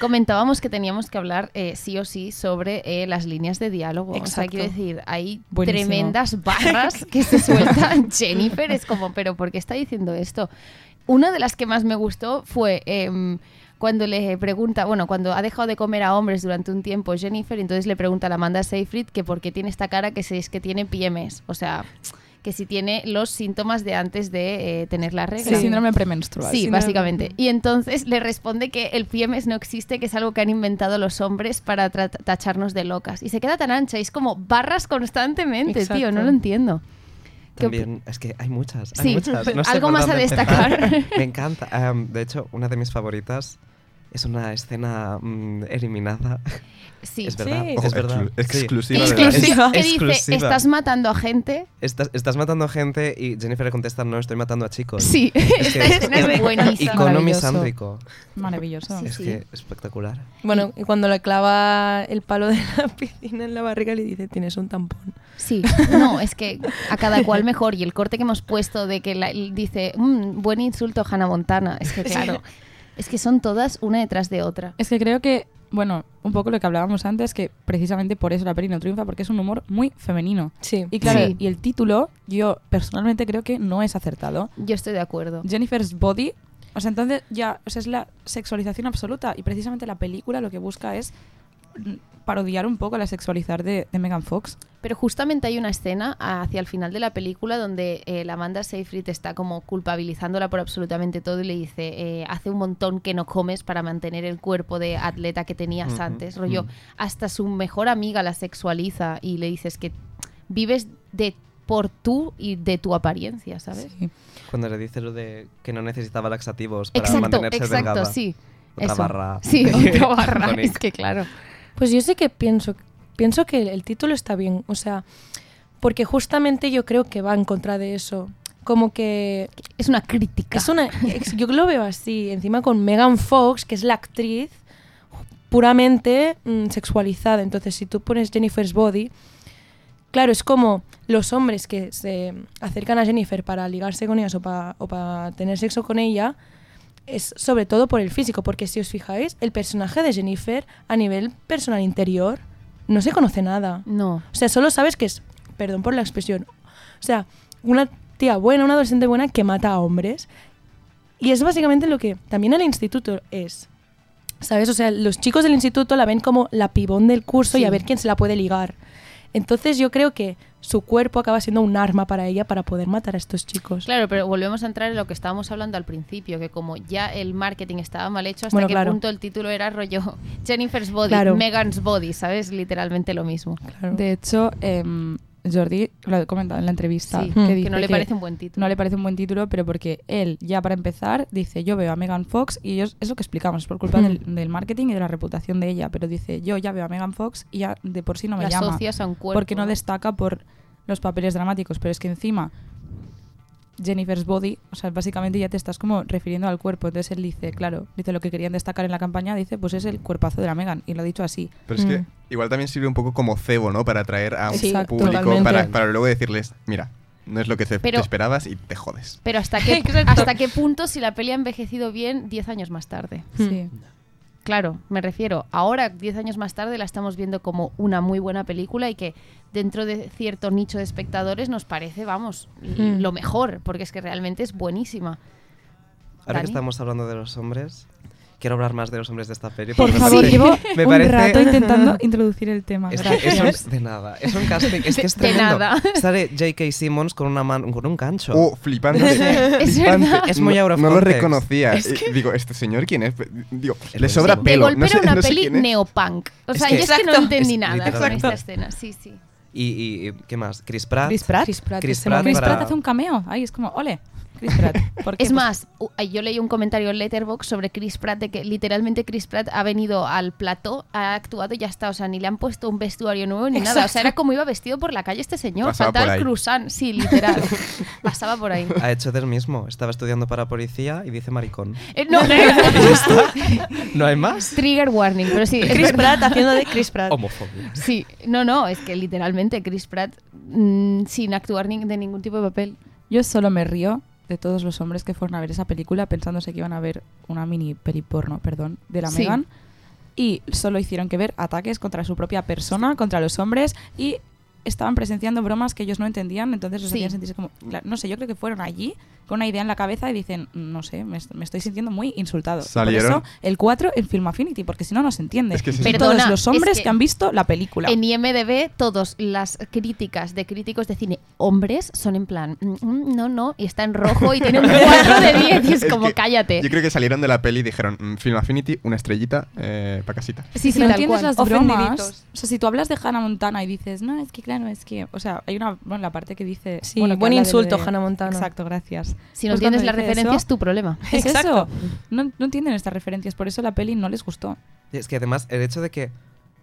Comentábamos que teníamos que hablar eh, sí o sí sobre eh, las líneas de diálogo. O sea,
Exacto.
quiero decir, hay
Buenísimo.
tremendas barras que se sueltan. Jennifer es como, pero ¿por qué está diciendo esto? Una de las que más me gustó fue em, cuando le pregunta, bueno, cuando ha dejado de comer a hombres durante un tiempo Jennifer, entonces le pregunta a la Amanda Seyfried que por qué tiene esta cara que si es que tiene PMS. O sea, que si tiene los síntomas de antes de eh, tener la regla.
Sí, síndrome premenstrual.
Sí,
Síndrome-
básicamente. Y entonces le responde que el PMS no existe, que es algo que han inventado los hombres para tra- tacharnos de locas. Y se queda tan ancha, y es como barras constantemente, tío,
Exacto.
no lo entiendo. ¿Qué opi-
También, es que hay muchas.
Sí, pues,
Hay muchas. No sé
algo
por
más a
dónde empezar.
destacar.
Me encanta. Em, de hecho, una de mis favoritas es una escena mm, eliminada.
Sí.
Es verdad.
Sí.
Es
Ojo,
verdad.
exclu- exclusiva
Que-
de
que
la-
dice- que
Es-
dice,
exclusiva.
¿estás matando a gente?
Estás, estás matando gente y Jennifer le contesta, no, estoy matando a chicos.
Sí,
Es que
esta escena es buenísima.
Icono
Maravilloso.
misándrico.
Maravilloso.
Sí.
Es que espectacular.
Bueno, y cuando le clava el palo de la piscina en la barriga le dice, tienes un tampón.
Sí, no, es que a cada cual mejor. Y el corte que hemos puesto de que la- él dice, "Mm, buen insulto, Hannah Montana. Es que claro, es que son todas una detrás de otra.
Es que creo que, bueno, un poco lo que hablábamos antes, que precisamente por eso la peli no triunfa, porque es un humor muy femenino.
Sí.
Y claro,
Sí.
y el título, yo personalmente creo que no es acertado.
Yo estoy de acuerdo.
Jennifer's Body, o sea, entonces ya, o sea, es la sexualización absoluta. Y precisamente la película lo que busca es mm, parodiar un poco la sexualizar de, de Megan Fox.
Pero justamente hay una escena hacia el final de la película donde eh, la Amanda Seyfried está como culpabilizándola por absolutamente todo y le dice, eh, hace un montón que no comes para mantener el cuerpo de atleta que tenías
Ujú,
antes. Rollo,
ujú.
hasta su mejor amiga la sexualiza y le dices que vives de por tú y de tu apariencia, ¿sabes?
Sí.
Cuando le dice lo de que no necesitaba laxativos para
Exacto,
mantenerse
exacto,
delgada.
sí.
Otra
Eso.
barra.
Sí, otra barra.
Iconic.
es que claro.
Pues yo sí que pienso, pienso que el- el título está bien, o sea, porque justamente yo creo que va en contra de eso. como que
Es una crítica.
es una, es- yo lo veo así, encima con Megan Fox, que es la actriz puramente mm, sexualizada. Entonces, si tú pones Jennifer's Body, claro, es como los hombres que se acercan a Jennifer para ligarse con ellas o para tener sexo con ella, es sobre todo por el físico, porque si os fijáis, el personaje de Jennifer a nivel personal interior no se conoce nada.
No.
O sea, solo sabes que es, perdón por la expresión, o sea, una tía buena, una adolescente buena que mata a hombres. Y es básicamente lo que también el instituto es. ¿Sabes? O sea, los chicos del instituto la ven como la pibón del curso y a
Sí.
ver quién se la puede ligar. Entonces yo creo que su cuerpo acaba siendo un arma para ella para poder matar a estos chicos.
Claro, pero volvemos a entrar en lo que estábamos hablando al principio, que como ya el marketing estaba mal hecho, hasta
Bueno,
qué
claro.
punto el título era rollo Jennifer's Body,
Claro.
Megan's Body, ¿sabes? Literalmente lo mismo.
Claro.
De hecho, em, Jordi lo ha comentado en la entrevista.
Sí,
que,
que
Mm. dice
no le
que
parece un buen título.
no le parece un buen título, pero porque él, ya para empezar, dice, yo veo a Megan Fox y ellos, es lo que explicamos, es por culpa
Mm.
del, del marketing y de la reputación de ella, pero dice, yo ya veo a Megan Fox y ya de por sí no me
La
llama.
asocias a un cuerpo.
porque no destaca por los papeles dramáticos, pero es que encima Jennifer's Body, o sea, básicamente ya te estás como refiriendo al cuerpo, entonces él dice, claro, dice lo que querían destacar en la campaña, dice, pues es el cuerpazo de la Megan y lo ha dicho así.
Pero es que
Mm.
igual también sirve un poco como cebo, ¿no? Para atraer a un
Sí,
público,
totalmente.
para, para luego decirles, mira, no es lo que te, te
Pero-
esperabas y te jodes.
Pero hasta qué, hasta qué punto si la peli ha envejecido bien 10 años más tarde.
Sí.
Claro, me refiero, ahora 10 años más tarde la estamos viendo como una muy buena película y que dentro de cierto nicho de espectadores nos parece, vamos, l-
Mm.
lo mejor, porque es que realmente es buenísima.
Ahora que
Dani.
estamos hablando de los hombres, quiero hablar más de los hombres de esta peli.
Por
porque me
favor,
parece-
llevo
me
un
parece-
rato intentando introducir el tema.
Es que
Gracias.
es un- de nada, es un casting, es que es
De
tremendo.
nada.
Sale J.K. Simmons con, una man- con un gancho.
Oh, flipante.
Es
flipante.
verdad.
Es muy
No-
out of
No lo
context.
reconocía.
Es
Eh, Digo, ¿este señor quién es? Pe- Digo,
Es
le sobra
buenísimo.
De
pelo.
golpe
No sé,
era una
no sé
peli
quién es.
neopunk. O
Es
sea,
que-
yo es que no
Exacto.
entendí
Es-
nada con
literalmente.
esta escena. Sí, sí.
Y, y- y- ¿qué más? Chris Pratt.
Chris Pratt.
Chris Pratt,
Chris
este
Pratt
Chris
momento.
para-
Pratt hace un cameo. Ahí es como, ole, Chris Pratt. ¿Por qué?
Es
Pues-
más, u- yo leí un comentario en Letterboxd sobre Chris Pratt de que literalmente Chris Pratt ha venido al plató, ha actuado y ya está. O sea, ni le han puesto un vestuario nuevo ni nada. O sea, era como iba vestido por la calle este señor.
Pasaba
Faltaba
por
el
ahí.
cruzán. Sí, literal. Pasaba por ahí.
Ha hecho del mismo. Estaba estudiando para policía y dice maricón.
Eh, no,
¿No hay más?
Trigger warning, pero sí. es
Chris
verdad.
Pratt haciendo de Chris Pratt.
Homofobia.
Sí, no, no, es que literalmente Chris Pratt mm, sin actuar ni- de ningún tipo de papel.
Yo solo me río de todos los hombres que fueron a ver esa película pensándose que iban a ver una mini peli porno, perdón, de la
Sí.
Megan. Y solo hicieron que ver ataques contra su propia persona, contra los hombres y estaban presenciando bromas que ellos no entendían, entonces los
Sí.
hacían sentirse como... claro, No sé, yo creo que fueron allí con una idea en la cabeza y dicen, no sé, me, est- me estoy sintiendo muy insultado. Y
Salieron.
Por eso el 4 en Film Affinity, porque si no, no se entiende.
Es que sí,
sí.
todos
Perdona,
los hombres
es
que...
que-
han visto la película.
En IMDB, todas las críticas de críticos de cine hombres son en plan, "Mm, mm, no, no, y está en rojo y tiene un 4 de 10 y es,
Es
como,
que Yo
cállate.
creo que salieron de la peli y dijeron, "Mm, Film Affinity, una estrellita eh, para casita.
Sí,
si
sí,
no
tal
entiendes
cual.
las bromas,
Ofendiditos.
o sea, si tú hablas de Hannah Montana y dices, no, es que claro, es que, o sea, hay una, bueno, la parte que dice,
Sí,
bueno, que
buen
habla
insulto, Hannah Montana.
Exacto, gracias.
Si no
Pues
entiendes
cuando
las
dice
referencias,
eso-
tu problema.
Es
Exacto.
eso. No, no entienden estas referencias, por eso la peli no les gustó.
Es que además el hecho de que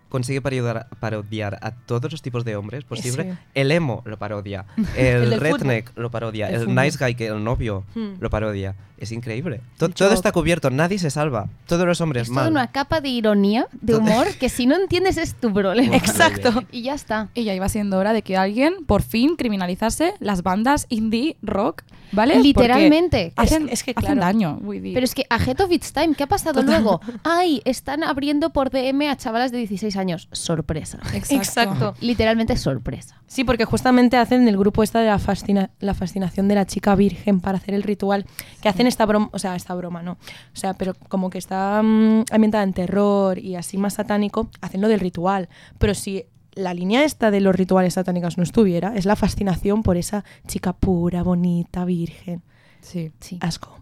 consigue parodiar, parodiar a todos los tipos de hombres posible.
Sí.
El emo lo parodia, el,
del
redneck lo parodia,
El
el,
fútbol.
nice guy que el novio
Hmm.
lo parodia. Es increíble. To- todo está cubierto, nadie se salva. Todos los hombres
Es
mal.
toda una capa de ironía, de humor, que si no entiendes es tu problema.
Exacto.
Y ya está.
Y ya iba siendo hora de que alguien por fin criminalizase las bandas indie rock, ¿vale? Ah, Porque
Literalmente.
Hacen,
Es- es que,
hacen
claro.
daño. voy a decir.
Pero es que a Head of Its Time, ¿qué ha pasado luego? Ay, están abriendo por DM a chavalas de 16 años. Sorpresa.
Exacto.
Literalmente sorpresa.
Sí, porque justamente hacen el grupo esta de la, fascina- la fascinación de la chica virgen para hacer el ritual, que hacen esta broma, o sea, esta broma, ¿no? O sea, pero como que está mm, ambientada en terror y así más satánico, hacen lo del ritual. Pero si la línea esta de los rituales satánicos no estuviera, es la fascinación por esa chica pura, bonita, virgen.
Sí.
Sí.
Asco.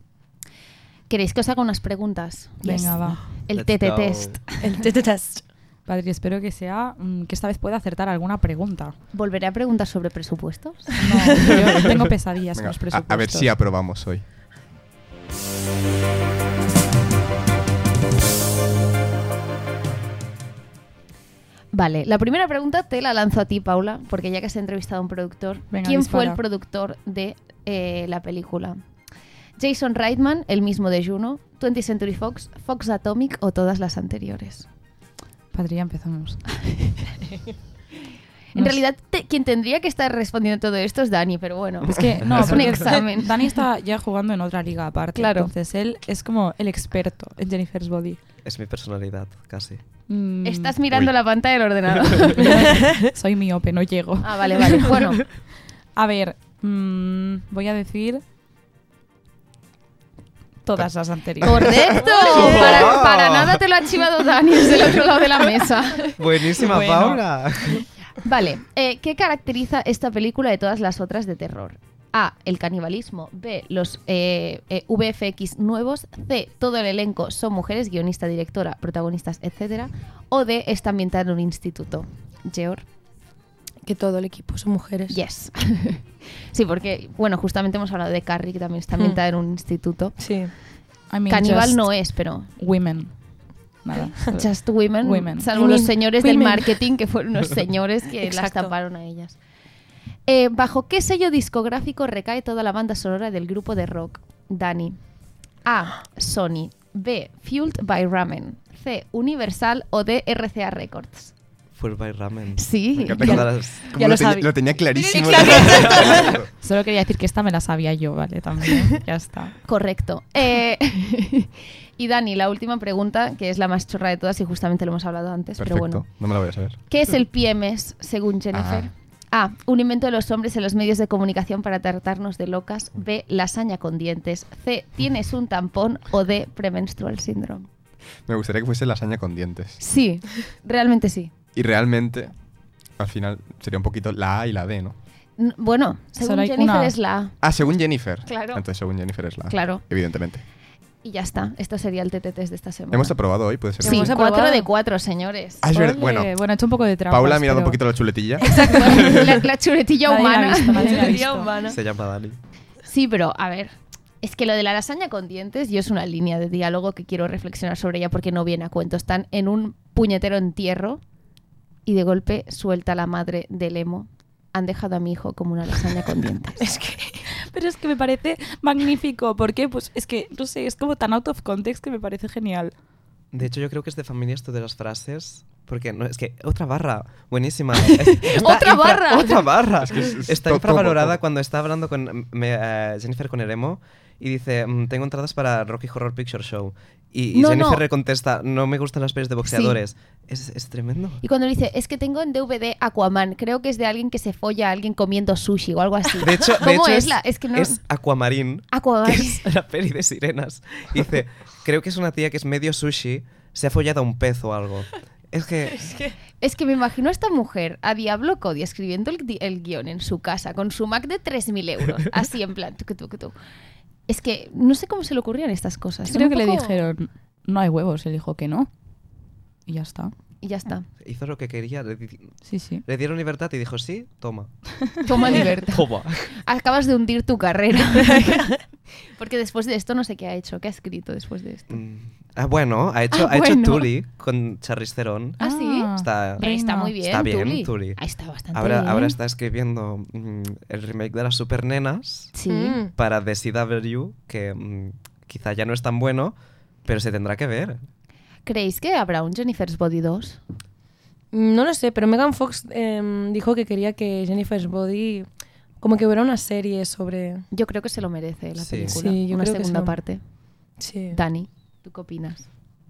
¿Queréis que os haga unas preguntas?
Venga, va.
El
Let's
TT
go.
test.
El test.
Padre, espero que sea, mm, que esta vez pueda acertar alguna pregunta.
¿Volveré a preguntar sobre presupuestos?
No, yo tengo pesadillas
Venga,
con los
a,
presupuestos.
a ver si aprobamos hoy.
Vale, la primera pregunta te la lanzo a ti, Paula, porque ya que has entrevistado a un productor,
Venga,
¿quién fue
dispara.
el productor de eh, la película? Jason Reitman, el mismo de Juno, 20th Century Fox, Fox Atomic o todas las anteriores.
Padre, ya empezamos.
En
No sé.
realidad, te- quien tendría que estar respondiendo todo esto es Dani, pero bueno.
Es que no,
Es un
porque
examen.
Dani está ya jugando en otra liga aparte.
Claro.
Entonces él es como el experto en Jennifer's Body.
Es mi personalidad, casi.
Mm,
Estás mirando
Uy.
la pantalla del ordenador.
Soy miope, no llego.
ah, vale, vale. Bueno,
A ver, mm, voy a decir todas las anteriores.
correcto.
Oh.
Para, para nada te lo ha chivado Dani, es del otro lado de la mesa.
Buenísima,
Bueno.
Paula.
Vale, eh, ¿qué caracteriza esta película de todas las otras de terror? A. El canibalismo. B. Los eh, eh, VFX nuevos. C. Todo el elenco son mujeres, guionista, directora, protagonistas, etc. O D. Está ambientada en un instituto. Geor.
Que todo el equipo son mujeres.
Yes. sí, porque, bueno, justamente hemos hablado de Carrie, que también está ambientada en un instituto.
Sí.
I mean,
Caníbal
just
no es, pero.
Women. Nada.
Just women,
Women.
salvo
Women.
los señores del
Women.
marketing, que fueron unos señores que las
Exacto.
taparon a ellas. Eh, ¿Bajo qué sello discográfico recae toda la banda sonora del grupo de rock? Dani. A. Sony. B. Fueled by Ramen. C. Universal o D. RCA Records.
Full by Ramen.
Sí.
Me encanta
ya-
que la- como
ya
lo,
lo
tenía,
sabía.
lo tenía clarísimo.
Solo quería decir que esta me la sabía yo, ¿vale? También. Ya está.
Correcto. Eh, y Dani, la última pregunta, que es la más chorra de todas y justamente lo hemos hablado antes,
Perfecto,
pero bueno.
no me la voy a saber.
¿Qué es el PMS, según Jennifer? A. Un invento de los hombres en los medios de comunicación para tratarnos de locas. B. Lasaña con dientes. C. Tienes un tampón. O D. Premenstrual syndrome.
Me gustaría que fuese lasaña con dientes.
Sí, realmente sí.
Y realmente, al final, sería un poquito la A y la D, ¿no?
N- Bueno,
Solo
según
hay
Jennifer
una.
es la A.
Ah, según Jennifer.
Claro.
Entonces, según Jennifer es la A.
Claro.
Evidentemente.
Y ya está. Esto sería el TTT de esta semana.
Hemos aprobado hoy, puede ser.
Sí,
Hemos
cuatro
aprobado.
de cuatro, señores.
Ah, es verdad.
Ole.
Bueno,
Eh, bueno, he hecho un poco de trampa.
Paula ha mirado un poquito la chuletilla.
Exacto. La, la chuletilla
Nadie la ha
humana.
visto, nadie la ha
chuletilla
visto.
humana.
Se llama Dani.
Sí, pero a ver, es que lo de la lasaña con dientes, yo es una línea de diálogo que quiero reflexionar sobre ella porque no viene a cuento. Están en un puñetero entierro y de golpe suelta la madre del emo. Han dejado a mi hijo como una lasaña con dientes.
Es que, pero es que me parece magnífico. ¿Por qué? Pues es que, no sé, es como tan out of context que me parece genial.
De hecho, yo creo que es de familia esto de las frases. Porque no, es que otra barra, buenísima. Es- está
¡Otra barra!
Otra barra.
Es que es- es
está
to-
infravalorada
todo, todo.
cuando está hablando con me- eh, Jennifer con Eremo y dice, "Mm, tengo entradas para Rocky Horror Picture Show. Y, y
No,
Jennifer
no.
le contesta, no me gustan las pelis de boxeadores. Es, es tremendo.
Y cuando le dice, es que tengo en DVD Aquaman, creo que es de alguien que se folla a alguien comiendo sushi o algo así.
De hecho, de
¿Cómo
hecho
es, la? Es que no.
es Aquamarine,
Aquaman.
que es la peli de sirenas. Y dice, creo que es una tía que es medio sushi, se ha follado a un pez o algo. Es que...
Es que me imagino a esta mujer, a Diablo Cody, escribiendo el, di- el guión en su casa con su Mac de 3.000 euros. Así en plan, tuc, tuc, tuc. Es que no sé cómo se le ocurrían estas cosas. Son
Creo
un
que le
poco-
dijeron, no hay huevos. Él dijo que no. Y ya está.
Y ya está.
Hizo lo que quería, le di-
Sí, sí.
Le dieron libertad y dijo, sí, toma.
Ah, Toma libertad.
Toma.
Acabas de hundir tu carrera. Porque después de esto no sé qué ha hecho, qué ha escrito después de esto.
ah, bueno, ha hecho,
Ah,
ha hecho
bueno.
Tuli con Charlize Theron.
¿Ah, sí?
Está,
Pero está muy bien,
está bien,
Tuli.
Tuli.
Ah, está bastante
ahora,
bien.
ahora está escribiendo mm, el remake de las Supernenas
Sí.
Mm.
para The CW, que mm, quizá ya no es tan bueno, pero se tendrá que ver.
¿Creéis que habrá un Jennifer's Body 2?
Mm, No lo sé, pero Megan Fox em, dijo que quería que Jennifer's Body como que hubiera una serie sobre...
Yo creo que se lo merece la
Sí.
película.
Sí, yo
Una
creo que
segunda
sí.
parte.
Sí.
Dani, ¿tú qué opinas?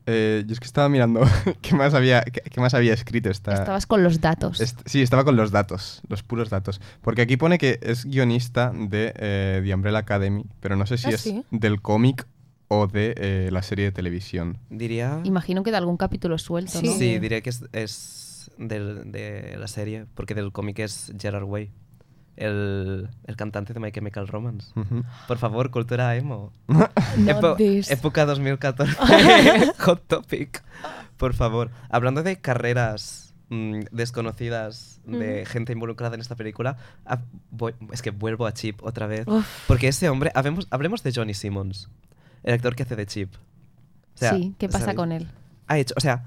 Eh, yo es que estaba mirando qué más había, qué, qué más había escrito esta...
Estabas con los datos.
Est- sí, estaba con los datos, los puros datos. Porque aquí pone que es guionista de eh, The Umbrella Academy, pero no sé si
Ah,
es
sí.
del cómic o de eh, la serie de televisión.
Diría...
Imagino que de algún capítulo suelto,
Sí,
¿no?
Sí.
diría que es, es del- de la serie, porque del cómic es Gerard Way, el, el cantante de My Chemical Romance.
Ujú.
Por favor, cultura emo.
Not
Epo-
this.
época 2014. Hot topic. Por favor. Hablando de carreras mm, desconocidas de gente involucrada en esta película, ah, voy- es que vuelvo a Chip otra vez. Porque ese hombre, habemos- hablemos de Johnny Simmons, el actor que hace de Chip. O sea,
sí, ¿qué pasa
¿sabéis?
con él?
Ha hecho, o sea,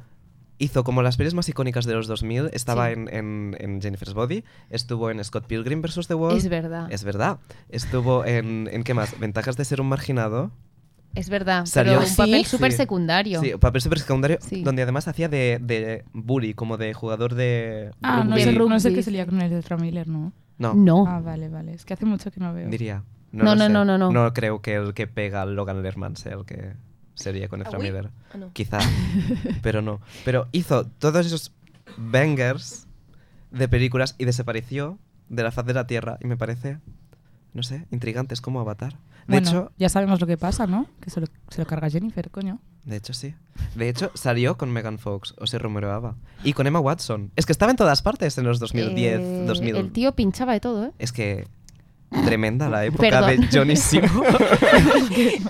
hizo como las pelis más icónicas de los 2000. Estaba
Sí.
en, en- en Jennifer's Body, estuvo en Scott Pilgrim vs. The World.
Es verdad, es,
Es verdad. Estuvo en, en ¿qué más? Ventajas de ser un marginado.
verdad.
Salió-
Pero un
Sí.
papel súper
Sí.
secundario.
Sí, papel super secundario,
Sí.
donde además hacía de, de bully, como de jugador de
Ah, no
Rugby.
es, el, no es el
Rugby.
que se lía con el de Tramiller, ¿no?
No,
No.
Ah, vale, vale. Es que hace mucho que no veo.
diría.
No,
lo
no,
sé.
no, no, no.
No creo que el que pega al Logan Lerman sea el que sería con
Ah,
Ezra
oui.
Miller.
Ah, no.
Quizá, pero no. Pero hizo todos esos bangers de películas y desapareció de la faz de la Tierra y me parece, no sé, intrigante, es como Avatar. De
Bueno,
hecho,
ya sabemos lo que pasa, ¿no? Que se lo, se lo carga Jennifer, coño.
De hecho, sí. De hecho, salió con Megan Fox, o se rumoreaba. Y con Emma Watson. Es que estaba en todas partes en los 2010,
Eh,
2000.
El tío pinchaba de todo, ¿eh?
Es que tremenda la época
Perdón.
de Johnny Simo.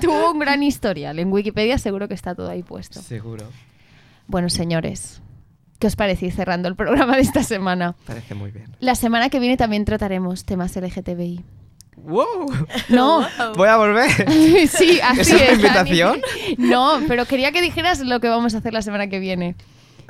Tuvo un gran historial. En Wikipedia seguro que está todo ahí puesto.
Seguro.
Bueno, señores, ¿qué os parece ir cerrando el programa de esta semana?
Parece muy bien.
La semana que viene también trataremos temas LGTBI.
¡Wow!
No,
Voy a volver.
sí, así
¿Es una
Dani.
invitación?
No, pero quería que dijeras lo que vamos a hacer la semana que viene.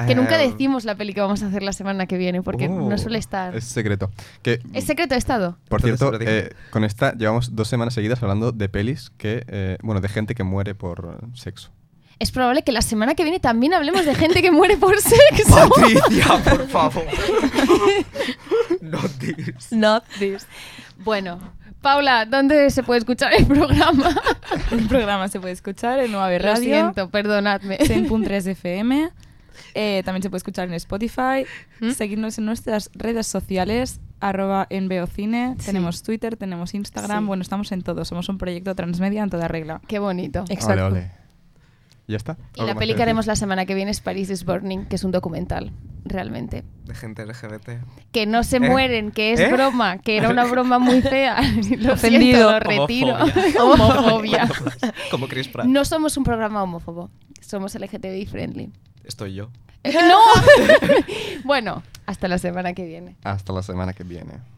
Que nunca
Eh,
decimos la peli que vamos a hacer la semana que viene, porque
Oh,
no suele estar.
Es secreto. Que,
Es secreto de Estado.
por
Entonces
cierto,
lo dije.
eh, con esta llevamos dos semanas seguidas hablando de pelis que, eh, bueno, de gente que muere por eh, sexo.
Es probable que la semana que viene también hablemos de gente que muere por sexo.
Patricia, por favor. No digas.
Not this.
Bueno, Paula, ¿dónde se puede escuchar el programa?
El programa se puede escuchar en UAB
Lo
Radio,
siento, perdonadme.
100.3 FM. Eh, también se puede escuchar en Spotify.
¿Mm?
Seguirnos en nuestras redes sociales, arroba en Beocine.
Sí.
Tenemos Twitter, tenemos Instagram.
Sí.
Bueno, estamos en todo. Somos un proyecto transmedia en toda regla.
Qué bonito.
Exacto.
Ole, ole. Ya está.
Y la
¿Algo más
peli que
decir?
haremos la semana que viene es Paris is Burning, que es un documental, realmente.
De gente LGBT.
Que no se
¿Eh?
mueren, que es
¿Eh?
broma, que era una broma muy fea. lo siento,
Ofendido.
lo retiro.
Homofobia.
Homofobia.
Como Chris Pratt.
No somos un programa homófobo, somos LGTBI friendly.
Estoy yo.
Eh, ¡No! bueno, hasta la semana que viene.
Hasta la semana que viene.